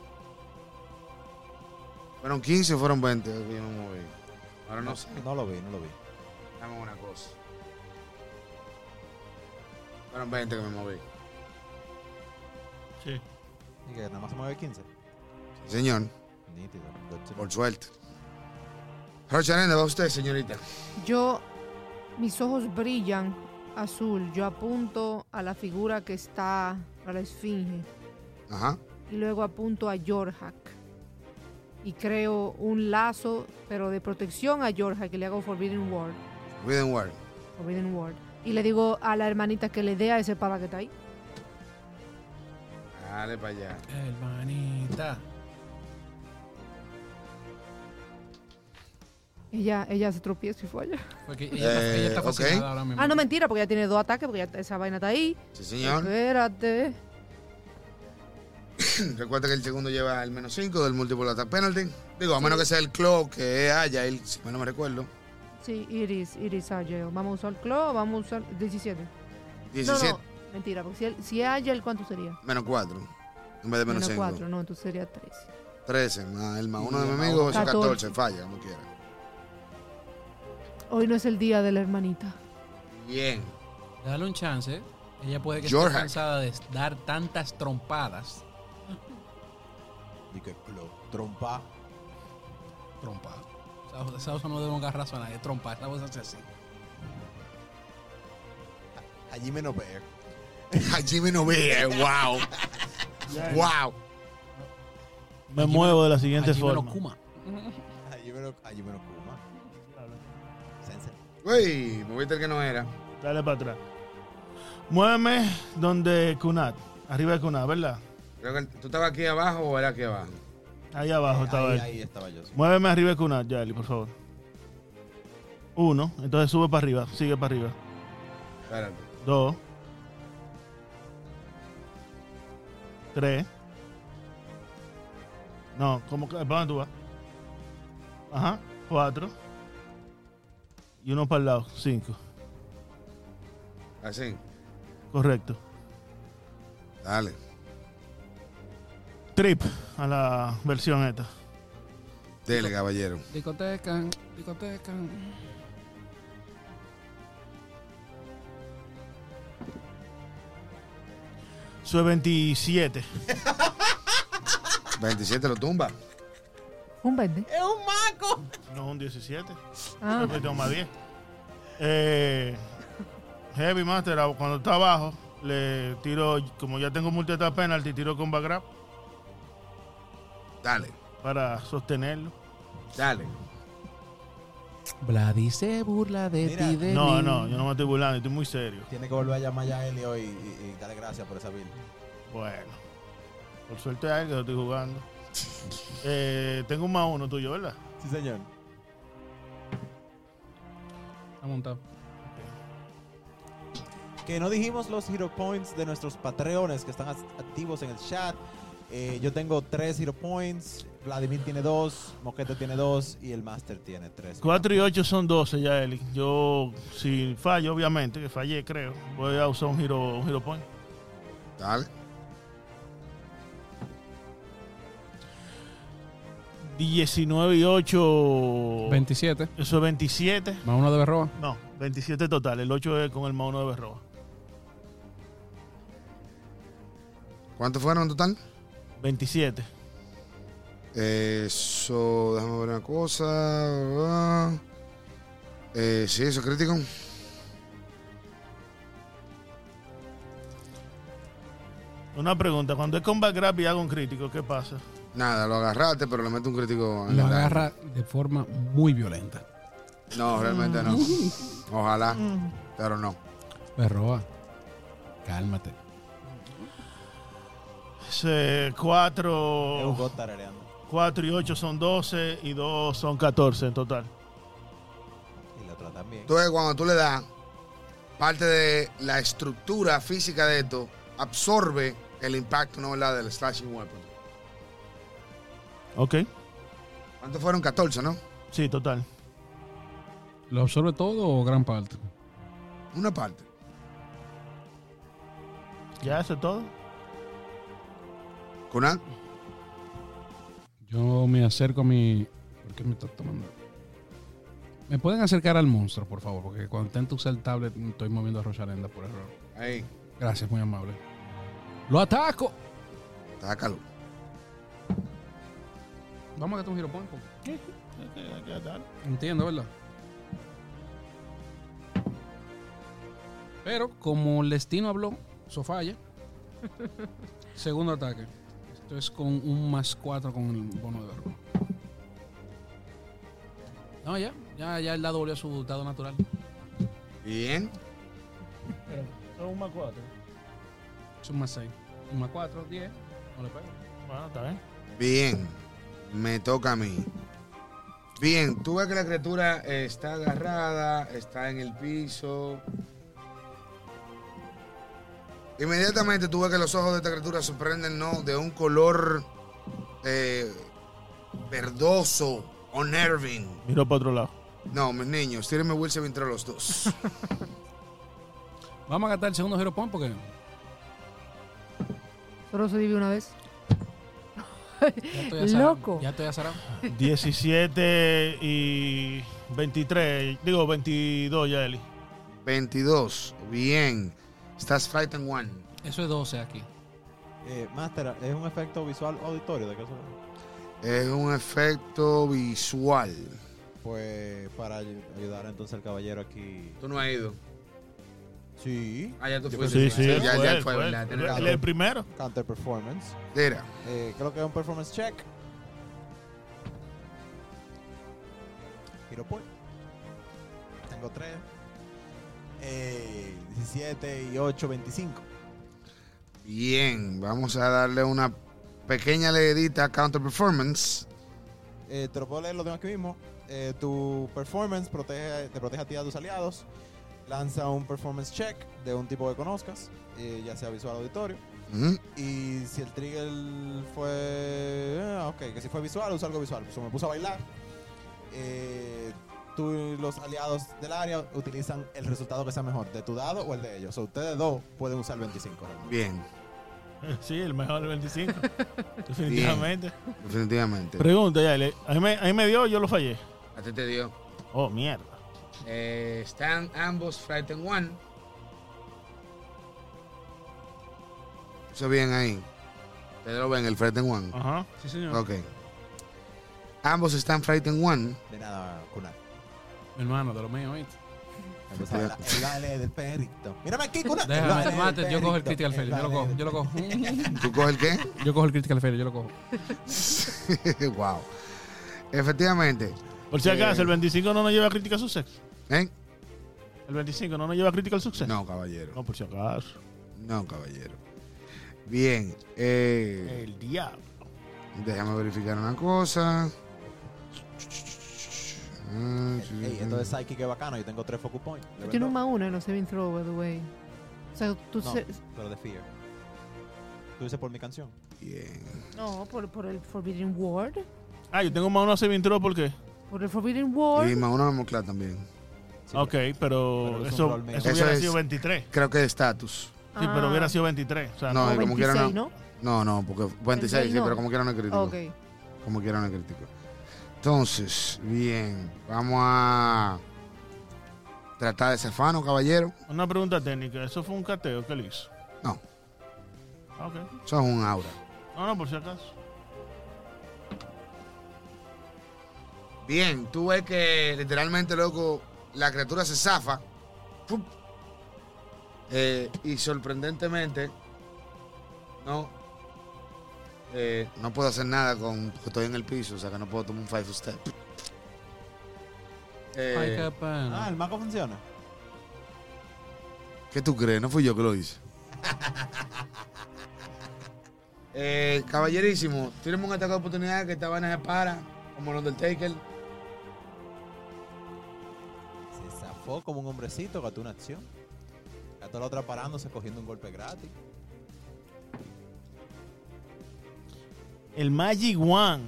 [SPEAKER 4] Fueron 15 o fueron 20 que yo me moví. Ahora no sé.
[SPEAKER 1] No lo vi, no lo vi.
[SPEAKER 4] Dame una cosa. Fueron 20 que me moví.
[SPEAKER 2] Sí.
[SPEAKER 1] Y que nada más se mueve 15.
[SPEAKER 4] Señor,
[SPEAKER 1] Nítido.
[SPEAKER 4] por suerte. Rocha Arena, va usted, señorita.
[SPEAKER 3] Yo, mis ojos brillan azul. Yo apunto a la figura que está a la esfinge.
[SPEAKER 4] Ajá.
[SPEAKER 3] Y luego apunto a Yorhak. Y creo un lazo, pero de protección a Yorhak. Y le hago Forbidden Word.
[SPEAKER 4] Within Word.
[SPEAKER 3] Forbidden Word. Y le digo a la hermanita que le dé a ese pava que está ahí.
[SPEAKER 4] Dale para allá.
[SPEAKER 5] Hermanita.
[SPEAKER 3] Ella, ella se tropieza y fue allá.
[SPEAKER 5] Porque ella, está-
[SPEAKER 4] Eh,
[SPEAKER 5] ella está
[SPEAKER 4] ok.
[SPEAKER 5] fascinada ahora mismo.
[SPEAKER 3] Ah, no, mentira, porque ya tiene dos ataques, porque ya esa vaina está ahí.
[SPEAKER 4] Sí, señor.
[SPEAKER 3] Espérate.
[SPEAKER 4] Recuerda que el segundo lleva el menos 5 del múltiplo attack penalty. Digo, a menos que sea el claw que haya, el, si mal no me recuerdo.
[SPEAKER 3] Sí, Iris, Iris Agile. Vamos a usar Claw, vamos a usar 17.
[SPEAKER 4] 17
[SPEAKER 3] No, no, mentira, porque si, el- si es Agile, ¿cuánto sería?
[SPEAKER 4] menos 4. En vez de menos 5.
[SPEAKER 3] 4, no, entonces sería 3.
[SPEAKER 4] 13 más el más
[SPEAKER 5] Y
[SPEAKER 4] 1 de mi
[SPEAKER 5] el más
[SPEAKER 4] amigo,
[SPEAKER 5] uno.
[SPEAKER 4] eso es 14.
[SPEAKER 3] 14.
[SPEAKER 4] Falla, como quiera.
[SPEAKER 3] Hoy no es el día de la hermanita.
[SPEAKER 4] Bien.
[SPEAKER 5] Dale un chance. Ella puede que
[SPEAKER 4] Jorge.
[SPEAKER 5] esté cansada de dar tantas trompadas.
[SPEAKER 1] Y que lo trompa.
[SPEAKER 5] Trompada. Esa voz- Esa cosa no debe dar razón a nadie. Trompada. Esa voz hace así.
[SPEAKER 1] Allí menos ver.
[SPEAKER 4] A Jimmy no eh, ve, wow. wow.
[SPEAKER 2] Me
[SPEAKER 5] Allí
[SPEAKER 2] muevo de la siguiente
[SPEAKER 5] Hajime no
[SPEAKER 2] forma.
[SPEAKER 5] Kuma.
[SPEAKER 1] Allí menos, allí menos Kuma. Sensei.
[SPEAKER 4] Uy, moviste el que no era.
[SPEAKER 2] Dale para atrás. Muéveme donde Kunat. Arriba de Kunat, ¿verdad?
[SPEAKER 4] Creo que tú estabas aquí abajo o era aquí abajo.
[SPEAKER 2] Ahí abajo Ah, estaba
[SPEAKER 1] Eh, ahí,
[SPEAKER 2] él.
[SPEAKER 1] ahí estaba yo. sí.
[SPEAKER 2] Muéveme arriba de Kunat, Yali, por favor. Uno. Entonces sube para arriba. Sigue para arriba.
[SPEAKER 4] Espérate.
[SPEAKER 2] Dos. Tres. No, ¿cómo que? ¿Para dónde tú vas? Ajá, cuatro. Y uno para el lado, cinco.
[SPEAKER 4] Así.
[SPEAKER 2] Correcto.
[SPEAKER 4] Dale.
[SPEAKER 2] Trip a la versión esta.
[SPEAKER 4] Dele, caballero.
[SPEAKER 5] Discoteca, discoteca.
[SPEAKER 2] Sube 27.
[SPEAKER 4] 27 lo tumba.
[SPEAKER 3] Un verde.
[SPEAKER 1] ¡Es un maco!
[SPEAKER 2] No, un 17.
[SPEAKER 3] Ah,
[SPEAKER 2] Siempre tengo más 10. Eh, heavy Master, a- cuando está abajo, le tiro, como ya tengo multita penalty, tiro con back grab
[SPEAKER 4] Dale.
[SPEAKER 2] para sostenerlo.
[SPEAKER 4] Dale.
[SPEAKER 5] Vladi se burla de
[SPEAKER 1] Mira.
[SPEAKER 5] ti, de
[SPEAKER 2] No,
[SPEAKER 5] mí.
[SPEAKER 2] no, yo no me estoy burlando, estoy muy serio.
[SPEAKER 1] Tiene que volver a llamar ya a Helio y, y- y darle gracias por esa bill.
[SPEAKER 2] Bueno, por suerte hay que lo estoy jugando. Eh, tengo un más uno tuyo, ¿verdad?
[SPEAKER 1] Sí, señor.
[SPEAKER 5] Está montado.
[SPEAKER 1] Que no dijimos los hero points de nuestros patreones que están act- activos en el chat. Eh, yo tengo tres hero points. Vladimir tiene dos, Moquete tiene dos y el Master tiene tres.
[SPEAKER 2] 4 y 8 son 12 ya, Eli. Yo, si fallo, obviamente, que fallé, creo, voy a usar un giro, un giro point.
[SPEAKER 4] Dale.
[SPEAKER 2] diecinueve y 8.
[SPEAKER 5] 27.
[SPEAKER 2] Eso es 27.
[SPEAKER 5] Más uno de Berroa.
[SPEAKER 2] No, 27 total. El 8 es con el más uno de Berroa.
[SPEAKER 4] ¿Cuántos fueron en total?
[SPEAKER 2] 27.
[SPEAKER 4] Eso, déjame ver una cosa. ah. Eh, sí, eso es crítico.
[SPEAKER 2] Una pregunta. Cuando es con backgrab y hago un crítico, ¿qué pasa?
[SPEAKER 4] Nada, lo agarraste, pero le meto un
[SPEAKER 2] Ah,
[SPEAKER 4] crítico en
[SPEAKER 5] Lo
[SPEAKER 4] la cara.
[SPEAKER 5] agarra de forma muy violenta.
[SPEAKER 4] No, realmente no. Ojalá, pero no.
[SPEAKER 5] Berroa, cálmate.
[SPEAKER 2] Ese
[SPEAKER 1] Es un
[SPEAKER 2] 4,
[SPEAKER 1] god tarareando.
[SPEAKER 2] 4 y 8 son 12 y 2 son 14 en total.
[SPEAKER 1] Y la otra también.
[SPEAKER 4] Entonces, cuando tú le das, parte de la estructura física de esto absorbe el impacto, ¿no? ¿Verdad? Del slashing weapon.
[SPEAKER 2] Ok.
[SPEAKER 4] ¿Cuántos fueron? 14, ¿no?
[SPEAKER 2] Sí, total.
[SPEAKER 5] ¿Lo absorbe todo o gran parte?
[SPEAKER 4] Una parte.
[SPEAKER 2] ¿Ya eso es todo?
[SPEAKER 4] Conan,
[SPEAKER 5] Yo me acerco a mi. ¿Por qué me estás tomando? ¿Me pueden acercar al monstruo, por favor? Porque cuando intento usar el tablet, estoy moviendo a Rosalenda por error.
[SPEAKER 4] ahí,
[SPEAKER 5] Gracias, muy amable. ¡Lo ataco!
[SPEAKER 4] sácalo.
[SPEAKER 5] Vamos a gastar un giro point. porque- Entiendo, ¿verdad? Pero como el destino habló, eso falla. Segundo ataque. Esto es con un más 4 con el bono de verbo. No, ya. Ya, ya el dado volvió a su dado natural.
[SPEAKER 4] Bien.
[SPEAKER 2] Son un más 4.
[SPEAKER 5] Es un más 6. Un más 4, 10. No le pego.
[SPEAKER 2] Bueno, está bien.
[SPEAKER 4] Bien, me toca a mí. Bien, tú ves que la criatura eh, está agarrada, está en el piso. Inmediatamente tú ves que los ojos de esta criatura se prenden ¿no? de un color eh, verdoso o nerving.
[SPEAKER 2] Miro para otro lado.
[SPEAKER 4] No, mis niños, tírenme Wilson entre los dos.
[SPEAKER 5] Vamos a gastar el segundo giro point porque
[SPEAKER 3] solo se vive una vez.
[SPEAKER 5] ya estoy azarado.
[SPEAKER 3] Loco.
[SPEAKER 5] Ya estoy azarado.
[SPEAKER 2] 17 y 23. Digo, 22 ya, Eli.
[SPEAKER 4] 22, bien. Estás frightened one.
[SPEAKER 5] Eso es 12 aquí.
[SPEAKER 1] Eh, Master, ¿es un efecto visual auditorio de qué son?
[SPEAKER 4] Es un efecto visual.
[SPEAKER 1] Pues para ayu- ayudar entonces al caballero aquí.
[SPEAKER 4] Tú no has ido.
[SPEAKER 1] Sí.
[SPEAKER 4] Ah, ya tú
[SPEAKER 1] Yo
[SPEAKER 4] fuiste.
[SPEAKER 2] Sí, sí.
[SPEAKER 4] Ya,
[SPEAKER 2] fue
[SPEAKER 4] ya
[SPEAKER 2] él,
[SPEAKER 4] fue,
[SPEAKER 2] fue él.
[SPEAKER 4] ¿verdad? Tienes
[SPEAKER 2] Él
[SPEAKER 4] razón.
[SPEAKER 2] es el primero.
[SPEAKER 1] Counter performance.
[SPEAKER 4] Era.
[SPEAKER 1] Eh, creo que es un performance check. Hero point. Tengo 3. 17 y 8, 25.
[SPEAKER 4] Bien, vamos a darle una pequeña leedita a Counter Performance.
[SPEAKER 1] Eh, te lo puedo leer, lo tengo aquí mismo. Eh, tu performance protege, te protege a ti y a tus aliados. Lanza un performance check de un tipo que conozcas, eh, ya sea visual o auditorio.
[SPEAKER 4] Ujú.
[SPEAKER 1] Y si el trigger fue. ah, Ok, que si fue visual, usa algo visual. Pues me puso a bailar. Eh, tú y los aliados del área utilizan el resultado que sea mejor, de tu dado o el de ellos. O sea, ustedes dos pueden usar el 25. realmente.
[SPEAKER 4] Bien,
[SPEAKER 2] Sí, el mejor del 25. Definitivamente.
[SPEAKER 4] definitivamente.
[SPEAKER 2] Pregunta, ya. le- A mí, me, a mí me dio, yo lo fallé.
[SPEAKER 4] A ti te dio.
[SPEAKER 2] Oh, mierda.
[SPEAKER 4] Eh, están ambos Frightened One. Eso bien ahí. Ustedes lo ven, el Frightened One.
[SPEAKER 2] Ajá.
[SPEAKER 5] Sí, señor.
[SPEAKER 4] Ok. Ambos están Frightened One.
[SPEAKER 1] De nada, Kunar.
[SPEAKER 5] Mi hermano, de lo mío, ¿oíste?
[SPEAKER 1] Empezó a bailar. El baile del perrito. Mírame aquí, Kunar. El baile
[SPEAKER 5] Déjame,
[SPEAKER 1] del
[SPEAKER 5] mate, yo cojo el
[SPEAKER 1] perrito. Eh,
[SPEAKER 5] critical failure, yo lo
[SPEAKER 1] baile
[SPEAKER 5] cojo,
[SPEAKER 1] del
[SPEAKER 5] yo lo cojo.
[SPEAKER 4] ¿Tú coges el qué?
[SPEAKER 5] Yo cojo el critical failure, yo lo cojo.
[SPEAKER 4] wow. Efectivamente.
[SPEAKER 2] Por si
[SPEAKER 4] Eh.
[SPEAKER 2] acaso, el 25 no nos lleva a Critical Success.
[SPEAKER 4] ¿Eh?
[SPEAKER 2] El 25 no nos lleva a Critical Success.
[SPEAKER 4] No, caballero.
[SPEAKER 2] No, por si acaso.
[SPEAKER 4] No, caballero. Bien. eh,
[SPEAKER 2] El diablo.
[SPEAKER 4] déjame verificar una cosa. Ah, sí,
[SPEAKER 1] Ey, esto de Psychic es bacano. Yo tengo tres focus points.
[SPEAKER 3] Yo Tiene un más uno en los saving throw, by the way. O sea, tú...
[SPEAKER 1] No,
[SPEAKER 3] se-
[SPEAKER 1] pero de Fear. Tú dices por mi canción.
[SPEAKER 4] Bien.
[SPEAKER 3] No, por, por el Forbidden Word.
[SPEAKER 2] Ah, yo tengo más uno a intro porque.
[SPEAKER 3] Por el Forbidden Word.
[SPEAKER 4] Y más una mezcla también.
[SPEAKER 1] Sí,
[SPEAKER 2] ok, pero,
[SPEAKER 1] pero es un
[SPEAKER 2] eso,
[SPEAKER 1] rol menos.
[SPEAKER 2] eso
[SPEAKER 4] Eso
[SPEAKER 2] hubiera
[SPEAKER 4] es-
[SPEAKER 2] sido 23. Sí,
[SPEAKER 4] Creo que estatus.
[SPEAKER 3] Ah,
[SPEAKER 2] pero hubiera sido 23. O sea,
[SPEAKER 4] No,
[SPEAKER 2] no.
[SPEAKER 4] como quiera,
[SPEAKER 3] 26,
[SPEAKER 4] no. No, no, porque 26, sí,
[SPEAKER 3] no.
[SPEAKER 4] pero como quiera no es crítico.
[SPEAKER 3] Ok.
[SPEAKER 4] Como quiera no es crítico. Entonces, bien. Vamos a tratar de Cefano, caballero.
[SPEAKER 2] Una pregunta técnica. ¿Eso fue un cateo que le hizo?
[SPEAKER 4] No.
[SPEAKER 2] Ah, ok.
[SPEAKER 4] Eso es un aura.
[SPEAKER 2] No, no, por si acaso.
[SPEAKER 4] Bien, tú ves que literalmente, loco, la criatura se zafa. ¡Pum! Eh, y sorprendentemente, no. eh, no puedo hacer nada con. Porque estoy en el piso, o sea que no puedo tomar un five step.
[SPEAKER 5] Ay,
[SPEAKER 4] Eh,
[SPEAKER 5] capaz.
[SPEAKER 1] Ah, el mago funciona.
[SPEAKER 4] ¿Qué tú crees? No fui yo que lo hice. Eh, caballerísimo, tírame un ataque de oportunidad que esta vaina se para, como el Undertaker.
[SPEAKER 1] Se zafó como un hombrecito, gastó una acción. Gastó la otra parándose, cogiendo un golpe gratis.
[SPEAKER 2] El Magic One.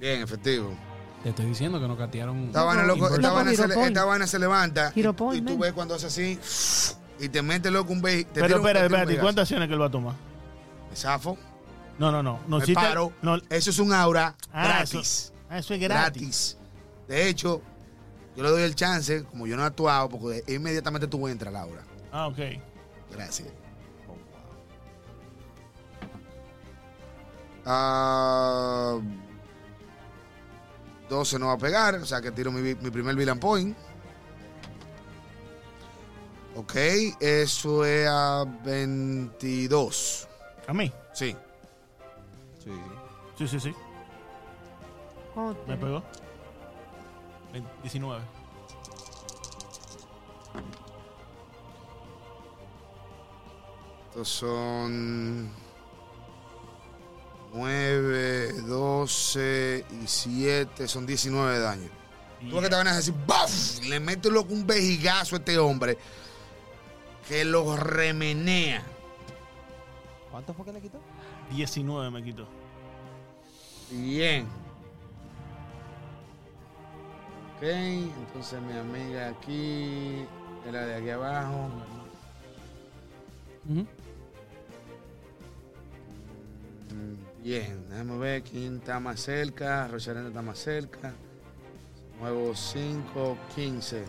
[SPEAKER 4] Bien, efectivo.
[SPEAKER 5] Te estoy diciendo que nos catearon.
[SPEAKER 4] Esta vaina, loco, esta
[SPEAKER 3] Loco,
[SPEAKER 4] vaina se, le-
[SPEAKER 3] Giropol.
[SPEAKER 4] esta vaina se levanta. y-
[SPEAKER 3] Giropol,
[SPEAKER 4] y, tú
[SPEAKER 3] men.
[SPEAKER 4] ves cuando hace así y te mete loco un beige.
[SPEAKER 2] Pero espérate, espérate. ¿y ¿Cuántas acciones que él va a tomar?
[SPEAKER 4] Me zafo.
[SPEAKER 2] No, no, no. no
[SPEAKER 4] Me
[SPEAKER 2] existe-
[SPEAKER 4] paro.
[SPEAKER 2] No,
[SPEAKER 4] Eso es un aura
[SPEAKER 2] Ah,
[SPEAKER 4] gratis.
[SPEAKER 2] ah, eso es gratis.
[SPEAKER 4] gratis. De hecho, yo le doy el chance, como yo no he actuado, porque inmediatamente tú entras, Laura.
[SPEAKER 2] Ah, ok.
[SPEAKER 4] Gracias.
[SPEAKER 1] Oh, wow.
[SPEAKER 4] Ah, 12 no va a pegar, o sea que tiro mi, vi- mi primer villain point. Ok, eso es a 22.
[SPEAKER 2] ¿A mí?
[SPEAKER 4] Sí.
[SPEAKER 1] Sí, sí.
[SPEAKER 2] Sí, sí, sí.
[SPEAKER 3] ¿Cómo te-
[SPEAKER 2] Me pegó. 19.
[SPEAKER 4] Estos son 9, 12 y 7, son 19 de daño. Tú ves que te van a decir, ¡baf! Le mete loco un vejigazo a este hombre que lo remenea.
[SPEAKER 1] ¿Cuánto fue que le quitó?
[SPEAKER 2] 19 me quitó.
[SPEAKER 4] Bien. Ok, entonces mi amiga aquí, es la de aquí abajo.
[SPEAKER 5] Ujú.
[SPEAKER 4] Mm, Bien, déjame ver quién está más cerca. Rocharena está más cerca. Muevo 5, 15.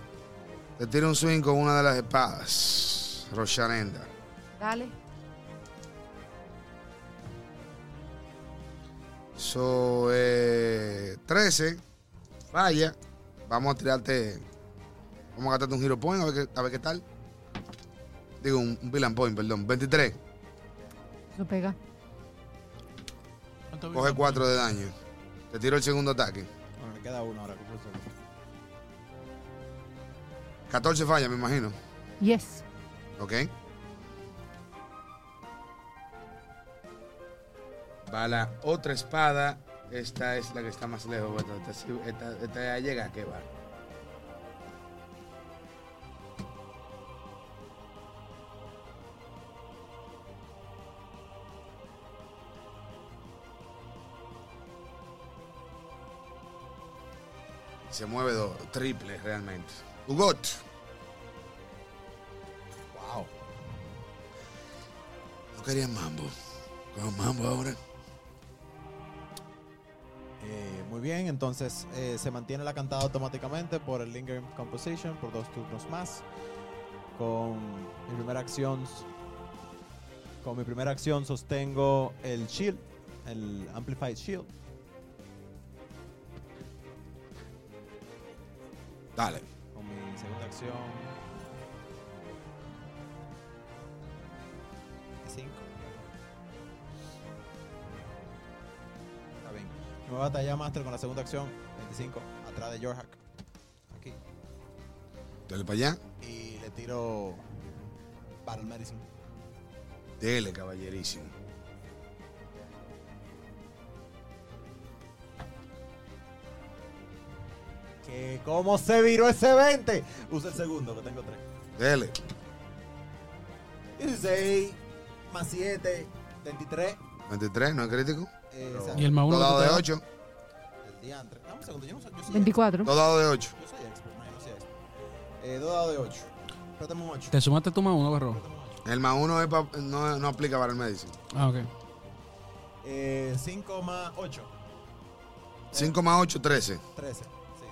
[SPEAKER 4] Te tiro un swing con una de las espadas. Rocharenda.
[SPEAKER 3] Dale.
[SPEAKER 4] Eso es 13. eh, Vaya. Vamos a tirarte. Vamos a gastarte un hero point a ver qué, a ver qué tal. Digo, un, un villain point, perdón. 23.
[SPEAKER 3] Eso pega.
[SPEAKER 2] ¿Cuánto
[SPEAKER 4] Coge
[SPEAKER 2] vi?
[SPEAKER 4] 4 de daño. Te tiro el segundo ataque.
[SPEAKER 1] Bueno, le queda uno ahora. ¿cómo fue eso?
[SPEAKER 4] 14 falla, me imagino.
[SPEAKER 3] Yes.
[SPEAKER 4] ¿Ok? Va la otra espada. Esta es la que está más lejos. bueno, Esta, sí- esta- esta ya llega, que va. Se mueve dos, triple realmente. Ugot. Wow. No querían mambo. Con mambo ahora.
[SPEAKER 1] Eh, muy bien, entonces eh, se mantiene la cantada automáticamente por el Lingering Composition por dos turnos más. Con mi primera acción, con mi primera acción sostengo el Shield, el Amplified Shield.
[SPEAKER 4] Dale.
[SPEAKER 1] Con mi segunda acción. 5. Está bien. Nueva batalla Master con la segunda acción. 25. Atrás de Yorhak. Aquí.
[SPEAKER 4] Dale para allá.
[SPEAKER 1] Y le tiro. Battle Medicine.
[SPEAKER 4] Dele, caballerísimo.
[SPEAKER 1] Que cómo se viró ese 20. Usa el segundo, que tengo 3.
[SPEAKER 4] Dele.
[SPEAKER 1] 16 más 7. 23.
[SPEAKER 4] 23, no es crítico.
[SPEAKER 1] Eh,
[SPEAKER 5] Y el más uno.
[SPEAKER 4] Todo dado
[SPEAKER 5] que
[SPEAKER 4] de
[SPEAKER 5] te da.
[SPEAKER 4] 8.
[SPEAKER 1] El diantre. Dame un segundo, yo no soy. Yo soy
[SPEAKER 3] 24.
[SPEAKER 4] Todo dado de 8.
[SPEAKER 1] Yo soy expert, no, yo no soy expert. Eh, dos dados de 8. Préstame un 8.
[SPEAKER 5] Te sumaste tú más uno, Barro.
[SPEAKER 4] El más uno es pa- no, no aplica para el medicine.
[SPEAKER 5] Ah, ok.
[SPEAKER 1] 5 Eh, más 8.
[SPEAKER 4] 5 más 8, 13.
[SPEAKER 1] 13. Sí,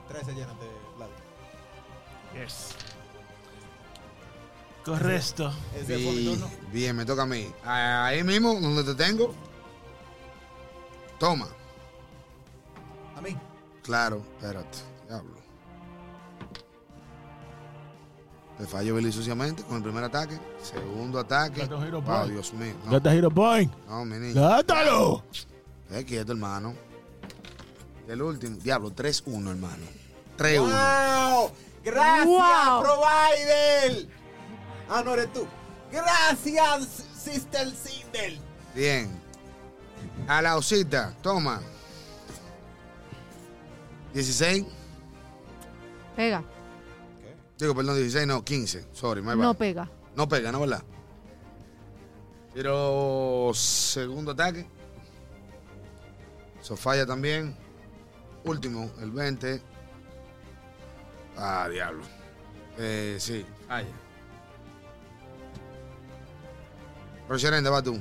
[SPEAKER 1] 13 llenas de Vladi.
[SPEAKER 2] Yes. Correcto.
[SPEAKER 1] Ese fue mi
[SPEAKER 4] Bien,
[SPEAKER 1] turno.
[SPEAKER 4] bien, me toca a mí. Ahí mismo, donde te tengo. Toma.
[SPEAKER 1] A mí.
[SPEAKER 4] Claro, espérate. Diablo. Te fallo belisuciamente con el primer ataque. Segundo ataque.
[SPEAKER 2] Date un giro,
[SPEAKER 4] Wow,
[SPEAKER 2] boy.
[SPEAKER 4] Dios mío. No,
[SPEAKER 2] Gata Hero Point.
[SPEAKER 4] no, mi niño.
[SPEAKER 2] Gátalo.
[SPEAKER 4] Es quieto, hermano. El último. Diablo, 3-1, hermano. 3-1.
[SPEAKER 1] ¡Wow! ¡Gracias,
[SPEAKER 3] Wow.
[SPEAKER 1] Provider! Ah, no eres tú. ¡Gracias, Sister Sindel!
[SPEAKER 4] Bien. A la osita, toma. 16.
[SPEAKER 3] Pega.
[SPEAKER 4] Digo, perdón, 16, no, 15. Sorry, my bad.
[SPEAKER 3] No pega.
[SPEAKER 4] No pues, pega, ¿no verdad? Tiro segundo ataque. Eso falla también. Último, el 20. Ah, diablo. Eh, sí, falla. Rocherenda, va tú.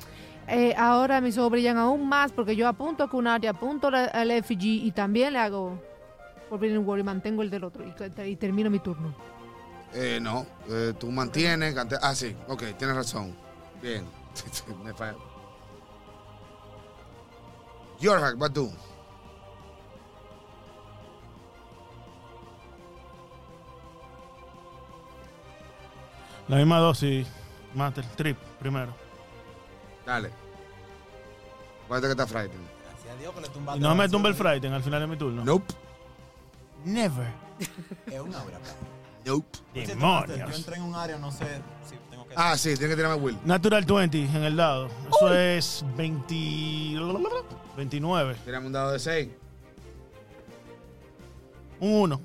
[SPEAKER 3] Eh, ahora mis ojos brillan aún más porque yo apunto a Kunari, apunto la- al FG y también le hago Forbidden World y mantengo el del otro y, y termino mi turno.
[SPEAKER 4] Eh, no, eh, tú mantienes. cante- Ah, sí, ok, tienes razón. Bien. Me falla. Yorhak, va tú.
[SPEAKER 2] La misma dosis. Master. Trip. Primero.
[SPEAKER 4] Dale. Acuérdate que está Frightened.
[SPEAKER 1] Gracias a Dios que le tumbaste.
[SPEAKER 2] Y no
[SPEAKER 1] la
[SPEAKER 2] me
[SPEAKER 1] acción.
[SPEAKER 2] tumbe el Frighten al final de mi turno.
[SPEAKER 4] Nope.
[SPEAKER 2] Never.
[SPEAKER 1] Es un aura, papi.
[SPEAKER 4] Nope.
[SPEAKER 1] Yo
[SPEAKER 2] Demonios.
[SPEAKER 1] entré en un área, no sé si tengo que.
[SPEAKER 4] Ah, sí, tiene que tirarme Will.
[SPEAKER 2] Natural 20 en el dado. Eso es 20... 29.
[SPEAKER 4] Tirame un dado de 6.
[SPEAKER 2] Un 1.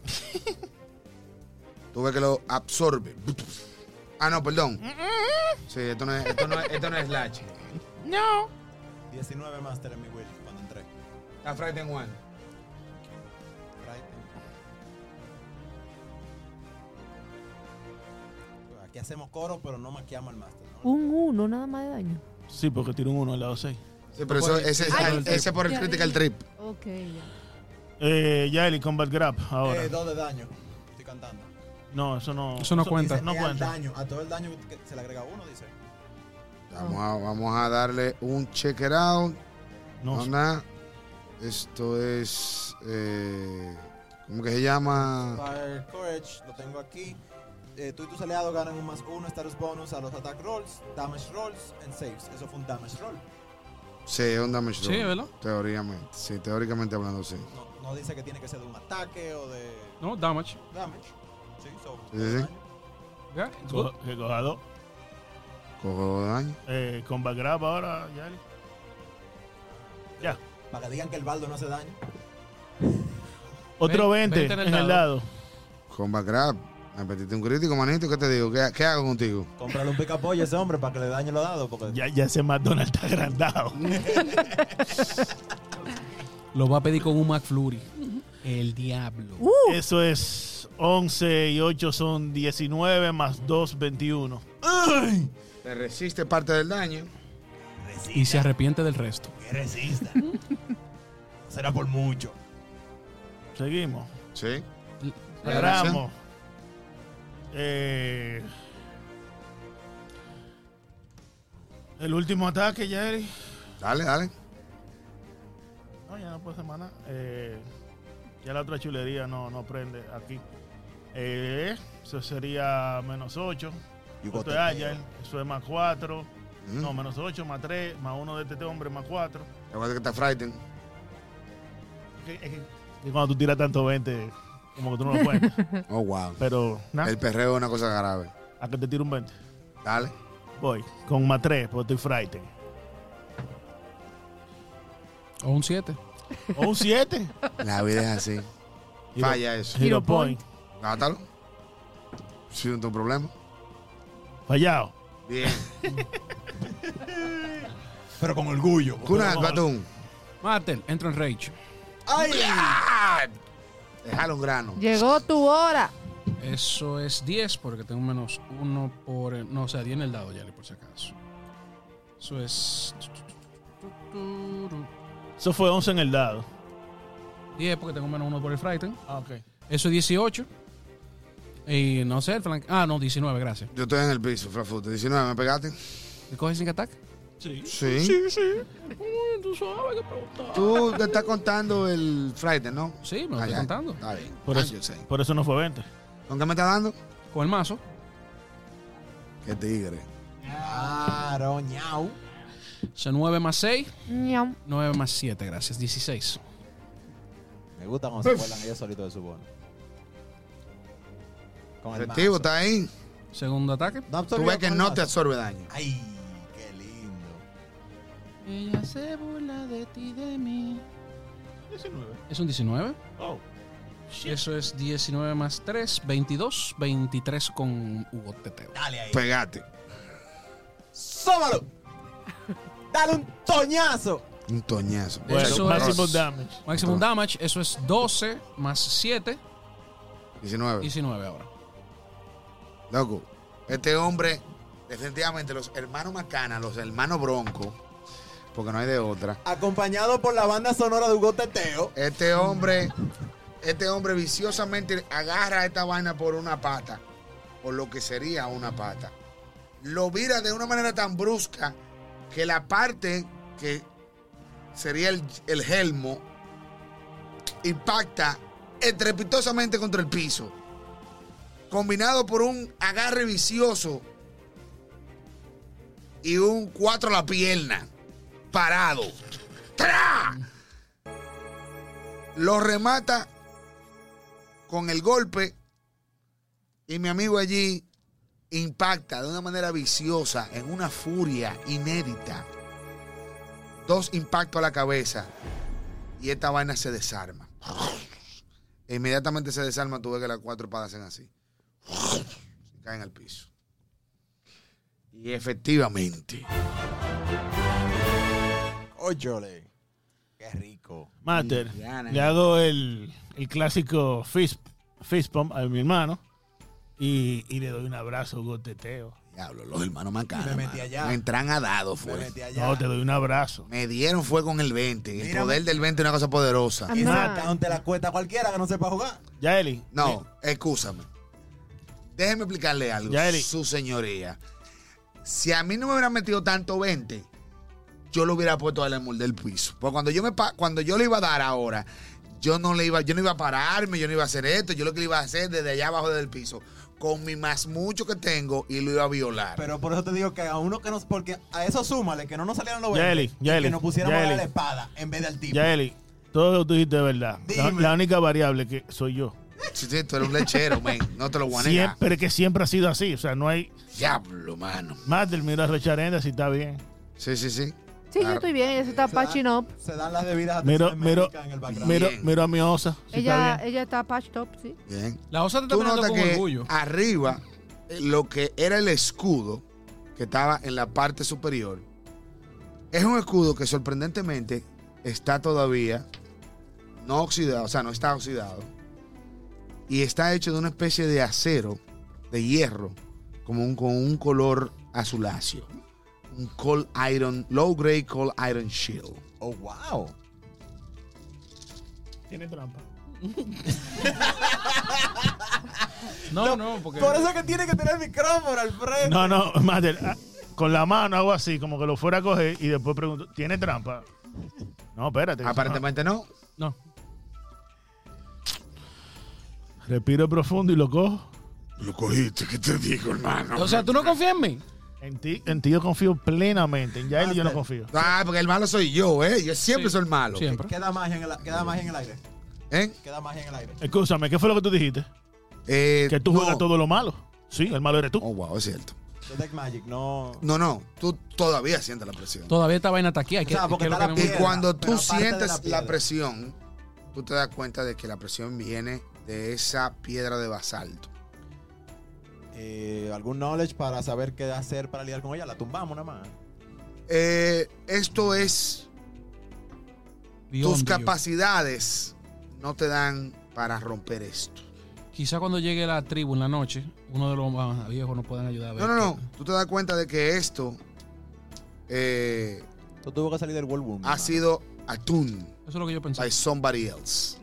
[SPEAKER 4] Tú ves que lo absorbe. Ah, no, perdón. Sí, esto no es, esto no es, esto no es Slash.
[SPEAKER 1] 19 Master en mi Will cuando entré.
[SPEAKER 4] Está Frightened One.
[SPEAKER 1] Right. Aquí hacemos coro, pero no maquiamos al Master. ¿no?
[SPEAKER 3] Un 1, nada más de daño.
[SPEAKER 2] Sí, porque tiro un 1 al lado 6.
[SPEAKER 4] Sí, pero eso, ese,
[SPEAKER 3] Ay,
[SPEAKER 4] ese es por el
[SPEAKER 3] ya
[SPEAKER 4] Critical
[SPEAKER 3] vi.
[SPEAKER 4] Trip.
[SPEAKER 3] Ok, ya.
[SPEAKER 2] Eh, Yaeli, Combat Grab ahora.
[SPEAKER 1] Eh, dos de daño. Estoy cantando.
[SPEAKER 2] no, eso no.
[SPEAKER 5] Eso no cuenta.
[SPEAKER 1] Dice,
[SPEAKER 2] No
[SPEAKER 1] es al
[SPEAKER 2] cuenta.
[SPEAKER 1] daño. A todo el daño que se le agrega uno, dice.
[SPEAKER 4] Vamos a, vamos a darle un check it out.
[SPEAKER 2] No,
[SPEAKER 4] No, nada. Esto es. Eh, ¿Cómo que se llama?
[SPEAKER 1] Fire Courage, lo tengo aquí. Eh, tú y tus aliados ganan un más uno status bonus a los attack rolls, damage rolls, and saves. Eso fue un damage roll.
[SPEAKER 4] Sí, es un damage
[SPEAKER 5] Sí,
[SPEAKER 4] roll.
[SPEAKER 5] ¿verdad?
[SPEAKER 4] Teóricamente. Sí, teóricamente hablando, sí.
[SPEAKER 1] No, no dice que tiene que ser de un ataque o de
[SPEAKER 5] No, damage.
[SPEAKER 1] damage. Sí, so,
[SPEAKER 4] Sí, sí, sí.
[SPEAKER 5] Yeah, it's good.
[SPEAKER 2] co- que coja dos.
[SPEAKER 4] Cojo daño.
[SPEAKER 2] Eh, combat Grab ahora, Yaeli.
[SPEAKER 1] Para que digan que el baldo no hace daño.
[SPEAKER 2] Otro
[SPEAKER 5] Ve-
[SPEAKER 2] 20, en el dado.
[SPEAKER 4] Combat grab. Me metiste un crítico, manito. ¿Qué te digo? ¿Qué, qué hago contigo?
[SPEAKER 1] Cómprale un picapolla a ese hombre para que le dañe los dados. Porque
[SPEAKER 2] Ya, ya ese McDonald's está agrandado.
[SPEAKER 5] Lo va a pedir con un McFlurry. el diablo.
[SPEAKER 2] Eso es 11 y 8 son 19 más 2, 21.
[SPEAKER 4] Te resiste parte del daño.
[SPEAKER 1] Resista,
[SPEAKER 5] y se arrepiente del resto.
[SPEAKER 1] que resista. Será por mucho.
[SPEAKER 2] Seguimos.
[SPEAKER 4] Sí.
[SPEAKER 2] Cerramos. Eh, el último ataque, Jerry.
[SPEAKER 4] Dale, dale.
[SPEAKER 2] No, ya no puede semana. Eh, ya la otra chulería no, no prende aquí. Eh, eso sería menos 8.
[SPEAKER 1] You got
[SPEAKER 2] Esto es
[SPEAKER 1] the
[SPEAKER 2] Agile, Eso es más 4.
[SPEAKER 4] Mm.
[SPEAKER 2] No, menos 8, más 3, más 1 de este hombre, más 4.
[SPEAKER 4] Recuerda que está Frighten.
[SPEAKER 2] Y cuando tú tiras tanto 20, como que tú no lo cuentas.
[SPEAKER 4] Oh, wow.
[SPEAKER 2] Pero, nada,
[SPEAKER 4] El perreo es una cosa grave.
[SPEAKER 2] a que te tire un 20.
[SPEAKER 4] Dale.
[SPEAKER 2] Voy, con más 3, porque estoy frightened.
[SPEAKER 5] O un 7.
[SPEAKER 2] O un 7.
[SPEAKER 4] La vida es así. Falla eso.
[SPEAKER 2] Hero point.
[SPEAKER 4] Gátalo. Sí, no tengo problema.
[SPEAKER 2] Fallado.
[SPEAKER 4] Bien.
[SPEAKER 1] Pero con orgullo.
[SPEAKER 4] Kunal, Batún.
[SPEAKER 5] Martel, entra en Rage.
[SPEAKER 1] ¡Ay!
[SPEAKER 4] Déjalo un grano.
[SPEAKER 3] Llegó tu hora.
[SPEAKER 5] Eso es 10 porque tengo un menos 1 por... el- No, o sea, 10 en el dado, Yali, por si acaso. Eso es...
[SPEAKER 2] Eso fue 11 en el dado.
[SPEAKER 5] 10 porque tengo un menos 1 por el Frighten.
[SPEAKER 2] Ah, ok.
[SPEAKER 5] Eso es 18. Y no sé, el flanque... Ah, no, 19, gracias.
[SPEAKER 4] Yo estoy en el piso, Flafute. 19, ¿me pegaste?
[SPEAKER 5] ¿Me coges sin ataque?
[SPEAKER 2] Sí.
[SPEAKER 4] Sí.
[SPEAKER 2] sí.
[SPEAKER 5] Uy, tú sabes qué preguntar.
[SPEAKER 4] Tú te estás contando el Friday, ¿no?
[SPEAKER 5] Sí, me lo
[SPEAKER 4] Ah,
[SPEAKER 5] estoy
[SPEAKER 4] ya.
[SPEAKER 5] contando.
[SPEAKER 4] Está bien.
[SPEAKER 2] Por
[SPEAKER 4] Ah,
[SPEAKER 2] eso-
[SPEAKER 4] yo sé.
[SPEAKER 2] Por eso no fue 20.
[SPEAKER 4] ¿Con qué me estás dando?
[SPEAKER 5] Con el mazo.
[SPEAKER 4] Qué tigre.
[SPEAKER 1] Claro, ñau.
[SPEAKER 5] Son 9 más 6.
[SPEAKER 3] Ñam.
[SPEAKER 5] 9 más 7, gracias. 16.
[SPEAKER 1] Me gusta cuando se acuerdan ellos solitos de su bono. Con el
[SPEAKER 4] Efectivo,
[SPEAKER 1] mazo.
[SPEAKER 4] está ahí.
[SPEAKER 5] Segundo ataque.
[SPEAKER 1] No absorbió
[SPEAKER 4] Tú ves que
[SPEAKER 1] con el
[SPEAKER 4] no te
[SPEAKER 1] mazo.
[SPEAKER 4] absorbe daño.
[SPEAKER 1] Ay, qué lindo.
[SPEAKER 5] Ella se burla de ti, de mí.
[SPEAKER 2] 19.
[SPEAKER 5] Es un 19.
[SPEAKER 2] Oh. Shit.
[SPEAKER 5] Eso es 19 más 3, 22. 23 con Hugo Teteo.
[SPEAKER 1] Dale ahí.
[SPEAKER 4] Pegate.
[SPEAKER 1] ¡Sómalo! Dale un toñazo.
[SPEAKER 4] Un toñazo.
[SPEAKER 2] Bueno,
[SPEAKER 5] Eso es-
[SPEAKER 2] maximum damage.
[SPEAKER 5] Maximum damage, eso es 12 más 7,
[SPEAKER 4] 19.
[SPEAKER 5] 19 ahora.
[SPEAKER 4] Loco, este hombre, definitivamente, los hermanos Macana, los hermanos Bronco, porque no hay de otra.
[SPEAKER 1] Acompañado por la banda sonora de Hugo Teteo.
[SPEAKER 4] Este hombre, este hombre viciosamente agarra esta vaina por una pata, por lo que sería una pata. Lo vira de una manera tan brusca que la parte que sería el, el gelmo impacta estrepitosamente contra el piso. Combinado por un agarre vicioso y un cuatro a la pierna, parado. ¡Tra! lo remata con el golpe y mi amigo allí impacta de una manera viciosa, en una furia inédita. Dos impactos a la cabeza y esta vaina se desarma. E inmediatamente se desarma, tú ves que las cuatro espadas hacen así. Se caen al piso. Y efectivamente,
[SPEAKER 1] Óyole. Qué rico.
[SPEAKER 2] Master.
[SPEAKER 4] Indiana.
[SPEAKER 2] Le hago el, el clásico fist, fist pump a mi hermano. Y, y le doy un abrazo, Hugo Teteo.
[SPEAKER 4] diablo, los hermanos Macana.
[SPEAKER 1] Me metí
[SPEAKER 4] mano.
[SPEAKER 1] allá.
[SPEAKER 4] Me entran a dado, pues. fue.
[SPEAKER 1] Me metí allá.
[SPEAKER 2] No, te doy un abrazo.
[SPEAKER 4] Me dieron fue con el 20. El
[SPEAKER 1] Mira,
[SPEAKER 4] poder del 20 es una cosa poderosa.
[SPEAKER 3] Am-
[SPEAKER 1] Ese
[SPEAKER 3] Ajá.
[SPEAKER 1] account te la cuesta a cualquiera que no sepa jugar.
[SPEAKER 2] Yaeli.
[SPEAKER 4] No, escúchame. Déjeme explicarle algo,
[SPEAKER 2] Ya, Eric.
[SPEAKER 4] su señoría. Si a mí no me hubieran metido tanto 20, yo lo hubiera puesto al emul del piso. Porque cuando yo, me pa- cuando yo le iba a dar ahora, yo no, le iba, yo no iba a pararme, yo no iba a hacer esto. Yo lo que le iba a hacer desde allá abajo del piso, con mi más mucho que tengo, y lo iba a violar.
[SPEAKER 1] Pero por eso te digo que a uno que nos. Porque a eso súmale que no nos salieron los
[SPEAKER 2] Yaeli,
[SPEAKER 1] verdes. y
[SPEAKER 2] Yaeli,
[SPEAKER 1] Que nos pusiéramos a
[SPEAKER 2] Yaeli.
[SPEAKER 1] la espada en vez del tipo.
[SPEAKER 2] Yaeli, todo lo que tú dijiste es verdad. La,
[SPEAKER 1] Dime.
[SPEAKER 2] la única variable que soy yo.
[SPEAKER 4] Sí, sí, tú eres un lechero, men. No te lo voy a negar.
[SPEAKER 2] Siempre que siempre ha sido así. O sea, no hay
[SPEAKER 4] Diablo, mano.
[SPEAKER 2] más del mira recharenda si está bien.
[SPEAKER 4] Sí, sí, sí.
[SPEAKER 3] Sí, yo estoy bien. Ella se está
[SPEAKER 1] Se dan-
[SPEAKER 3] patching up.
[SPEAKER 1] Se dan las debidas
[SPEAKER 2] Miro,
[SPEAKER 1] atenciones
[SPEAKER 2] miro,
[SPEAKER 1] médicas en el background.
[SPEAKER 2] miro,
[SPEAKER 4] Bien.
[SPEAKER 2] miro a mi osa. Si
[SPEAKER 3] Ella,
[SPEAKER 2] está bien.
[SPEAKER 3] ella está patched up, sí.
[SPEAKER 4] Bien.
[SPEAKER 5] La osa te está
[SPEAKER 4] tú
[SPEAKER 5] mirando
[SPEAKER 4] notas
[SPEAKER 5] con
[SPEAKER 4] que
[SPEAKER 5] orgullo.
[SPEAKER 4] arriba eh, lo que era el escudo que estaba en la parte superior es un escudo que sorprendentemente está todavía no oxidado, o sea, no está oxidado. Y está hecho de una especie de acero, de hierro, como un, con un color azuláceo. Un cold iron, low grade cold iron shield.
[SPEAKER 1] Oh, wow.
[SPEAKER 2] Tiene trampa.
[SPEAKER 5] No, no, porque.
[SPEAKER 1] Por eso que tiene que tener micrófono al frente.
[SPEAKER 2] No, no, Master, ah, con la mano hago así, como que lo fuera a coger y después pregunto, ¿tiene trampa? No, espérate. que
[SPEAKER 4] Aparentemente no.
[SPEAKER 5] No.
[SPEAKER 2] eso no. Ah, Respiro profundo y lo cojo.
[SPEAKER 4] Lo cogiste, ¿qué te digo, hermano?
[SPEAKER 5] O sea, tú no confías en mí.
[SPEAKER 2] En ti, en ti yo confío plenamente. En Yael yo no
[SPEAKER 1] Master.
[SPEAKER 2] confío.
[SPEAKER 4] Ah, porque el malo soy yo, ¿eh? Yo siempre
[SPEAKER 5] Sí,
[SPEAKER 4] soy el malo.
[SPEAKER 5] Siempre.
[SPEAKER 1] Queda magia, en el, queda magia en el aire.
[SPEAKER 4] ¿Eh?
[SPEAKER 1] Queda magia en el aire.
[SPEAKER 2] Escúchame, ¿qué fue lo que tú dijiste?
[SPEAKER 4] Eh,
[SPEAKER 2] Que tú
[SPEAKER 4] no.
[SPEAKER 2] juegas todo lo malo. Sí, el malo eres tú.
[SPEAKER 4] Oh, wow, es cierto.
[SPEAKER 1] Detect Magic, no.
[SPEAKER 4] No, no, tú todavía sientes la presión.
[SPEAKER 5] Todavía esta vaina está aquí. Hay que,
[SPEAKER 1] O sea, porque
[SPEAKER 5] que lo
[SPEAKER 1] está la
[SPEAKER 5] queremos-
[SPEAKER 4] Y
[SPEAKER 1] piedra,
[SPEAKER 4] cuando tú
[SPEAKER 1] pero aparte de la
[SPEAKER 4] sientes la,
[SPEAKER 1] piedra.
[SPEAKER 4] presión, tú te das cuenta de que la presión viene de esa piedra de basalto.
[SPEAKER 1] Eh, ¿Algún knowledge para saber qué hacer para lidiar con ella? La tumbamos nada más.
[SPEAKER 4] Eh, esto es,
[SPEAKER 5] Dios
[SPEAKER 4] tus
[SPEAKER 5] mío.
[SPEAKER 4] capacidades no te dan para romper esto.
[SPEAKER 5] Quizá cuando llegue la tribu en la noche, uno de los más viejos nos pueden ayudar. a ver
[SPEAKER 4] No, no, no,
[SPEAKER 5] qué-
[SPEAKER 4] tú te das cuenta de que esto eh,
[SPEAKER 1] Tú tuvo que salir del World Boom.
[SPEAKER 4] ha sido attuned
[SPEAKER 5] Eso es lo que yo pensé.
[SPEAKER 4] by somebody else.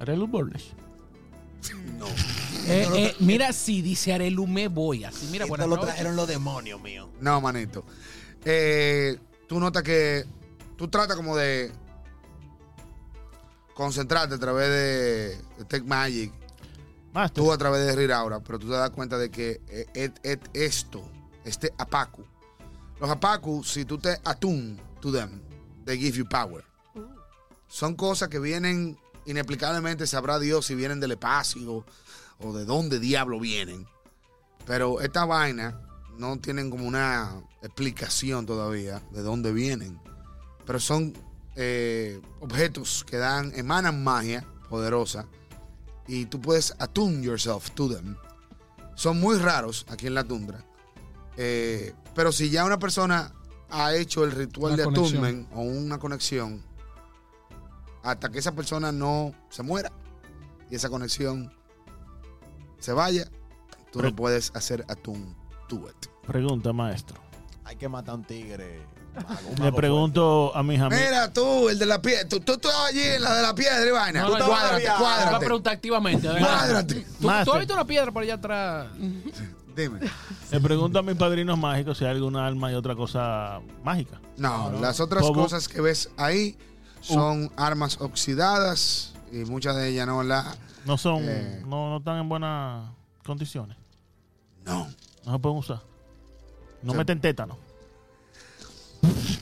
[SPEAKER 5] Arelu Borges.
[SPEAKER 4] No.
[SPEAKER 5] Eh, mira, si dice Arelu, me voy. Así, mira,
[SPEAKER 1] Esto
[SPEAKER 5] buenas
[SPEAKER 1] lo
[SPEAKER 5] noches.
[SPEAKER 1] trajeron los demonios, mío.
[SPEAKER 4] No, manito. Eh, tú notas que tú tratas como de concentrarte a través de, de Tech Magic,
[SPEAKER 2] Master.
[SPEAKER 4] tú a través de Riraura, pero tú te das cuenta de que eh, et- et- esto, este apaku. Los apaku, si tú te atun to them, they give you power. Son cosas que vienen inexplicablemente, sabrá Dios si vienen del espacio o de dónde diablo vienen. Pero esta vaina no tienen como una explicación todavía de dónde vienen. Pero son eh, objetos que dan, emanan magia poderosa y tú puedes attune yourself to them. Son muy raros aquí en la tundra. Eh, pero si ya una persona ha hecho el ritual
[SPEAKER 5] Una
[SPEAKER 4] de
[SPEAKER 5] conexión.
[SPEAKER 4] attunement o una conexión, hasta que esa persona no se muera y esa conexión se vaya, tú no
[SPEAKER 2] Pero-
[SPEAKER 4] puedes hacer attune to it.
[SPEAKER 2] Pregunta, maestro.
[SPEAKER 1] Hay que matar a un tigre. Algún
[SPEAKER 2] Le
[SPEAKER 1] mago
[SPEAKER 2] pregunto a mis amigos.
[SPEAKER 4] Mira tú, el de la piedra. Tú, tú estabas allí en la de la piedra y vaina.
[SPEAKER 5] No, no,
[SPEAKER 4] cuádrate,
[SPEAKER 1] todavía.
[SPEAKER 5] Te va a
[SPEAKER 4] cuádrate.
[SPEAKER 5] preguntar activamente. adelante.
[SPEAKER 4] Cuádrate.
[SPEAKER 5] ¿Tú, tú
[SPEAKER 2] Master.
[SPEAKER 5] has visto una piedra por allá atrás?
[SPEAKER 4] Dime.
[SPEAKER 2] Le pregunto a mis padrinos mágicos si hay alguna alma y otra cosa mágica.
[SPEAKER 4] No, las otras
[SPEAKER 2] ¿Cómo?
[SPEAKER 4] cosas que ves ahí son armas oxidadas y muchas de ellas no la.
[SPEAKER 2] No son,
[SPEAKER 4] Eh.
[SPEAKER 2] no, no están en buenas condiciones.
[SPEAKER 4] No.
[SPEAKER 2] No se pueden usar. No
[SPEAKER 4] Sí.
[SPEAKER 2] meten tétano.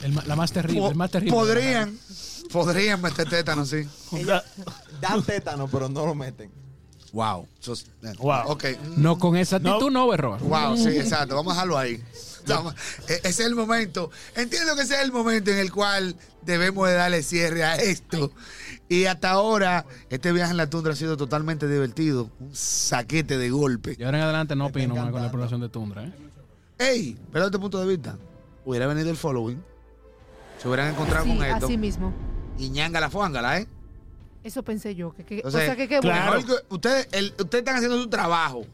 [SPEAKER 5] El ma- la más terrible, el más terrible.
[SPEAKER 4] podrían, podrían meter tétano, sí.
[SPEAKER 2] Ella-
[SPEAKER 1] pues. Dan tétano, pero no lo meten.
[SPEAKER 4] Wow. eh,
[SPEAKER 2] Wow.
[SPEAKER 4] Ok.
[SPEAKER 5] No, con esa actitud no, Berroa.
[SPEAKER 4] Wow, sí,
[SPEAKER 3] Mm.
[SPEAKER 4] exacto. Vamos a dejarlo ahí. Vamos- e- Ese es el momento. Entiendo que ese es el momento en el cual debemos de darle cierre a esto. Y hasta ahora, este viaje en la tundra ha sido totalmente divertido. Un saquete de golpe.
[SPEAKER 5] Y ahora en adelante no opino más con
[SPEAKER 1] encantando.
[SPEAKER 5] la población de Tundra. ¿eh?
[SPEAKER 4] Ey, pero desde tu punto de vista, hubiera venido el following. Se hubieran encontrado
[SPEAKER 3] Sí,
[SPEAKER 4] con esto.
[SPEAKER 3] así mismo.
[SPEAKER 4] Y ñanga la fuángala, ¿eh?
[SPEAKER 3] Eso pensé yo. Que, que- o
[SPEAKER 4] Entonces,
[SPEAKER 3] sea, que qué
[SPEAKER 2] claro.
[SPEAKER 3] bueno.
[SPEAKER 4] Mejor que Ustedes, el- ustedes están haciendo su trabajo.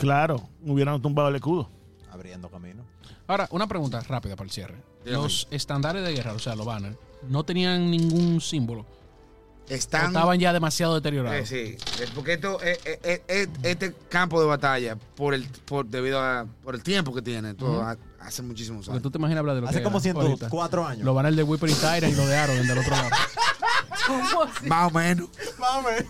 [SPEAKER 2] claro, hubieran tumbado el escudo.
[SPEAKER 1] Abriendo camino.
[SPEAKER 5] Ahora, una pregunta rápida para el cierre.
[SPEAKER 4] Dígame.
[SPEAKER 5] Los estándares de guerra, o sea, los banners, no tenían ningún símbolo.
[SPEAKER 4] Están.
[SPEAKER 5] O estaban ya demasiado deteriorados.
[SPEAKER 4] Eh, sí, es porque esto, eh, eh, eh, eh, este campo de batalla, por el, por, debido a, por el tiempo que tiene, esto
[SPEAKER 5] Ujú.
[SPEAKER 4] ha- hace muchísimos
[SPEAKER 5] Porque
[SPEAKER 4] años.
[SPEAKER 5] tú te imaginas hablar de lo
[SPEAKER 1] Hace
[SPEAKER 5] que
[SPEAKER 1] como
[SPEAKER 5] era ahorita.
[SPEAKER 1] 104 años.
[SPEAKER 5] Los banners de Whipper y Tyrant y los de Aaron del otro lado.
[SPEAKER 3] ¿Cómo así?
[SPEAKER 4] Más o menos,
[SPEAKER 1] Mames.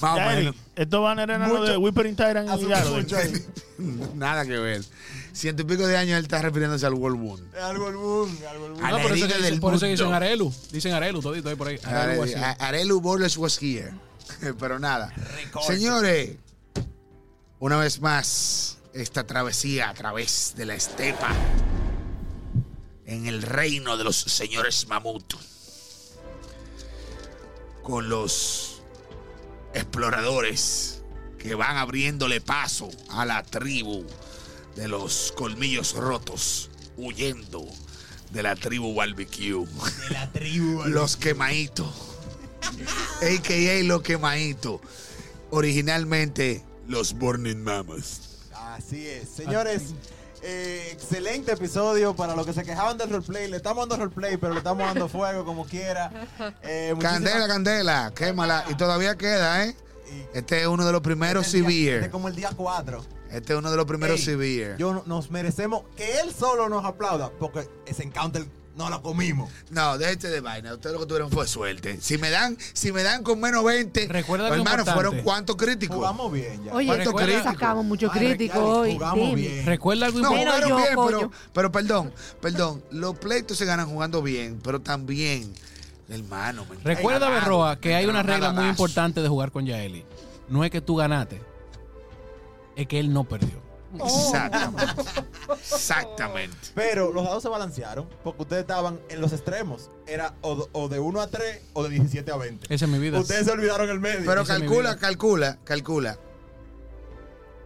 [SPEAKER 4] más o
[SPEAKER 2] Yael,
[SPEAKER 4] menos.
[SPEAKER 2] estos banners eran los de Whispering Tyrant y
[SPEAKER 1] Ah, Hace
[SPEAKER 2] Yarden.
[SPEAKER 1] mucho ahí.
[SPEAKER 5] eh.
[SPEAKER 4] Nada que ver. Ciento y pico de años él está refiriéndose al World War.
[SPEAKER 1] Algo el boom, algo el boom.
[SPEAKER 4] A
[SPEAKER 5] No,
[SPEAKER 4] la
[SPEAKER 5] por, eso
[SPEAKER 4] herida
[SPEAKER 5] que
[SPEAKER 4] del
[SPEAKER 5] dicen, por eso que
[SPEAKER 4] mundo.
[SPEAKER 5] dicen Arelu. Dicen Arelu, todito ahí por ahí. Arelu así.
[SPEAKER 4] Are- Arelu Borges was here. Pero nada. Señores, una vez más, esta travesía a través de la estepa en el reino de los señores mamut con los exploradores que van abriéndole paso a la tribu de los colmillos rotos huyendo de la tribu barbecue
[SPEAKER 1] De la tribu.
[SPEAKER 4] los quemaditos a.k.a. los quemaditos. Originalmente, los Burning Mamas.
[SPEAKER 1] Así es. Señores, eh, excelente episodio para los que se quejaban del roleplay. Le estamos dando roleplay, pero le estamos dando fuego como quiera. Eh, muchísimas-
[SPEAKER 4] Candela, candela, quémala. Y todavía queda, ¿eh? Este es uno de los primeros
[SPEAKER 1] Este es el día- este
[SPEAKER 4] severe.
[SPEAKER 1] es como el día 4.
[SPEAKER 4] Este es uno de los primeros
[SPEAKER 1] Ey,
[SPEAKER 4] severe.
[SPEAKER 1] Yo no- nos merecemos que él solo nos aplauda porque ese encounter no lo comimos.
[SPEAKER 4] No, déjate de vaina. Ustedes lo que tuvieron fue suerte. Si me dan, si me dan con menos 20,
[SPEAKER 6] Recuerda algo
[SPEAKER 4] hermano,
[SPEAKER 6] importante.
[SPEAKER 4] fueron cuántos críticos.
[SPEAKER 1] Jugamos bien ya.
[SPEAKER 3] Oye,
[SPEAKER 6] ¿Cuánto
[SPEAKER 3] nosotros
[SPEAKER 6] crítico?
[SPEAKER 3] sacamos mucho
[SPEAKER 1] Ay,
[SPEAKER 3] crítico
[SPEAKER 1] Ricardo,
[SPEAKER 3] hoy.
[SPEAKER 1] Jugamos
[SPEAKER 3] Damn it.
[SPEAKER 1] bien.
[SPEAKER 6] Recuerda algo
[SPEAKER 4] No,
[SPEAKER 6] importante.
[SPEAKER 3] Pero
[SPEAKER 4] jugaron
[SPEAKER 3] yo,
[SPEAKER 4] bien, pero,
[SPEAKER 3] coño.
[SPEAKER 4] pero perdón, perdón. Los pleitos se ganan jugando bien, pero también, hermano. me
[SPEAKER 5] Recuerda,
[SPEAKER 4] entradaron,
[SPEAKER 5] Berroa, que
[SPEAKER 4] me
[SPEAKER 5] hay una regla muy
[SPEAKER 4] entradadazo.
[SPEAKER 5] importante de jugar con Yaeli. No es que tú ganaste, es que él no perdió.
[SPEAKER 3] Oh.
[SPEAKER 4] Exactamente. Exactamente.
[SPEAKER 1] Pero los dados se balancearon porque ustedes estaban en los extremos. Era o, o de 1 a 3 o de 17 a 20.
[SPEAKER 5] Esa es mi vida.
[SPEAKER 1] Ustedes se olvidaron el medio.
[SPEAKER 4] Pero
[SPEAKER 5] Esa es mi
[SPEAKER 4] calcula,
[SPEAKER 5] vida.
[SPEAKER 4] calcula, calcula.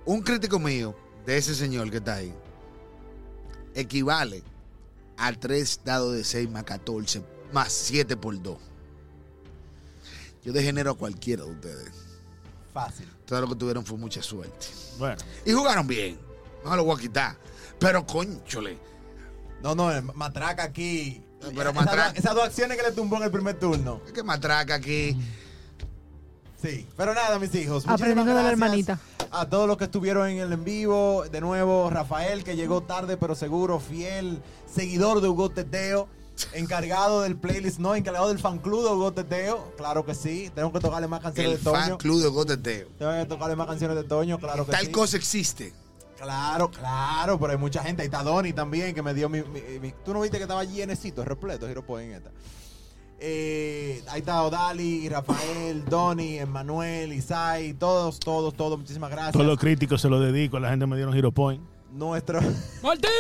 [SPEAKER 4] Un crítico mío de ese señor que está ahí equivale a 3 dados de 6 más 14 más 7 por 2. Yo degenero a cualquiera de ustedes.
[SPEAKER 1] Fácil.
[SPEAKER 4] Todo lo que tuvieron fue mucha suerte.
[SPEAKER 2] Bueno,
[SPEAKER 4] Y jugaron bien. No lo voy a quitar. Pero conchole.
[SPEAKER 1] No, no, el matraca aquí.
[SPEAKER 4] Pero
[SPEAKER 1] Esas
[SPEAKER 4] matraca-
[SPEAKER 1] dos- Esas dos acciones que le tumbó en el primer turno.
[SPEAKER 4] Es que matraca aquí.
[SPEAKER 1] Mm. Sí, pero nada, mis hijos. muchísimas
[SPEAKER 3] Aprendiendo de la
[SPEAKER 1] gracias
[SPEAKER 3] hermanita.
[SPEAKER 1] A todos los que estuvieron en el en vivo. De nuevo, Rafael, que llegó tarde, pero seguro, fiel, seguidor de Hugo Teteo. Encargado del playlist, no, encargado del fan club de Hugo Teteo. Claro que sí. Tengo que tocarle más
[SPEAKER 4] El
[SPEAKER 1] canciones de
[SPEAKER 4] fan
[SPEAKER 1] Toño.
[SPEAKER 4] club de Goteteo.
[SPEAKER 1] Tengo que tocarle más canciones de Toño, claro que
[SPEAKER 4] Tal
[SPEAKER 1] sí.
[SPEAKER 4] cosa existe.
[SPEAKER 1] Claro, claro, pero hay mucha gente. Ahí está Donny también, que me dio mi, mi- mi- Tú no viste que estaba llenecito, repleto, Hiropoe en esta. Eh, ahí está Odali, Rafael, Donny, Emanuel, Isai, todos, todos, todos. Muchísimas gracias.
[SPEAKER 2] todos los críticos se lo dedico. La gente me dieron Hero Point.
[SPEAKER 1] Nuestro.
[SPEAKER 6] ¡Martín!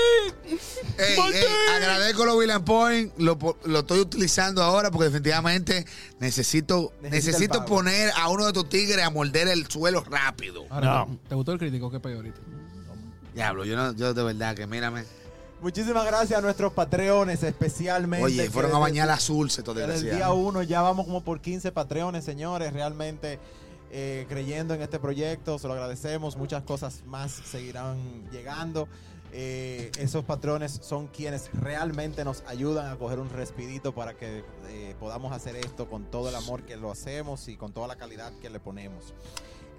[SPEAKER 4] Ey, ey, agradezco los Villain Point. Lo, po- lo estoy utilizando ahora porque definitivamente necesito,
[SPEAKER 1] Necesita el
[SPEAKER 4] necesito
[SPEAKER 1] pago.
[SPEAKER 4] poner a uno de tus tigres a morder el suelo rápido.
[SPEAKER 1] Ah.
[SPEAKER 5] Ahora,
[SPEAKER 2] No.
[SPEAKER 5] ¿te gustó el crítico que pegué ahorita?
[SPEAKER 4] Diablo, yo, no, yo de verdad que mírame.
[SPEAKER 1] Muchísimas gracias a nuestros patreones, especialmente.
[SPEAKER 4] Oye,
[SPEAKER 1] que
[SPEAKER 4] fueron a
[SPEAKER 1] desde-
[SPEAKER 4] bañar azul, se todo
[SPEAKER 1] Desde el día
[SPEAKER 4] desgraciado.
[SPEAKER 1] uno ya vamos como por 15 patreones, señores. Realmente eh, creyendo en este proyecto, se lo agradecemos. Muchas cosas más seguirán llegando. Eh, esos patrones son quienes realmente nos ayudan a coger un respirito para que eh, podamos hacer esto con todo el amor que lo hacemos y con toda la calidad que le ponemos.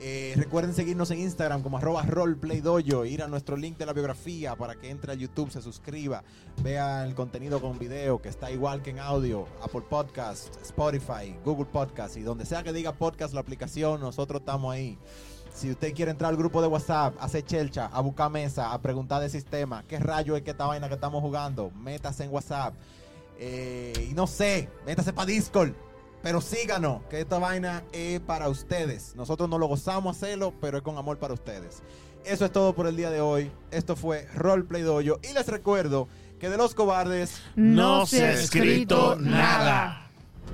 [SPEAKER 1] Eh, recuerden seguirnos en Instagram como arroba roleplaydoyo, ir a nuestro link de la biografía para que entre a YouTube, se suscriba, vea el contenido con video que está igual que en audio, Apple Podcast, Spotify, Google Podcast y donde sea que diga podcast la aplicación, nosotros estamos ahí. Si usted quiere entrar al grupo de WhatsApp, a hacer chelcha, a buscar mesa, a preguntar de sistema, qué rayo es que esta vaina que estamos jugando, métase en WhatsApp. Eh, y no sé, métase para Discord. Pero síganos, que esta vaina es para ustedes. Nosotros no lo gozamos hacerlo, pero es con amor para ustedes. Eso es todo por el día de hoy. Esto fue Roleplay Dojo. Y les recuerdo que de los cobardes.
[SPEAKER 2] No se ha escrito nada.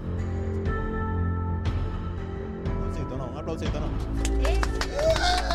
[SPEAKER 1] Un aplausito, no, un aplausito, no.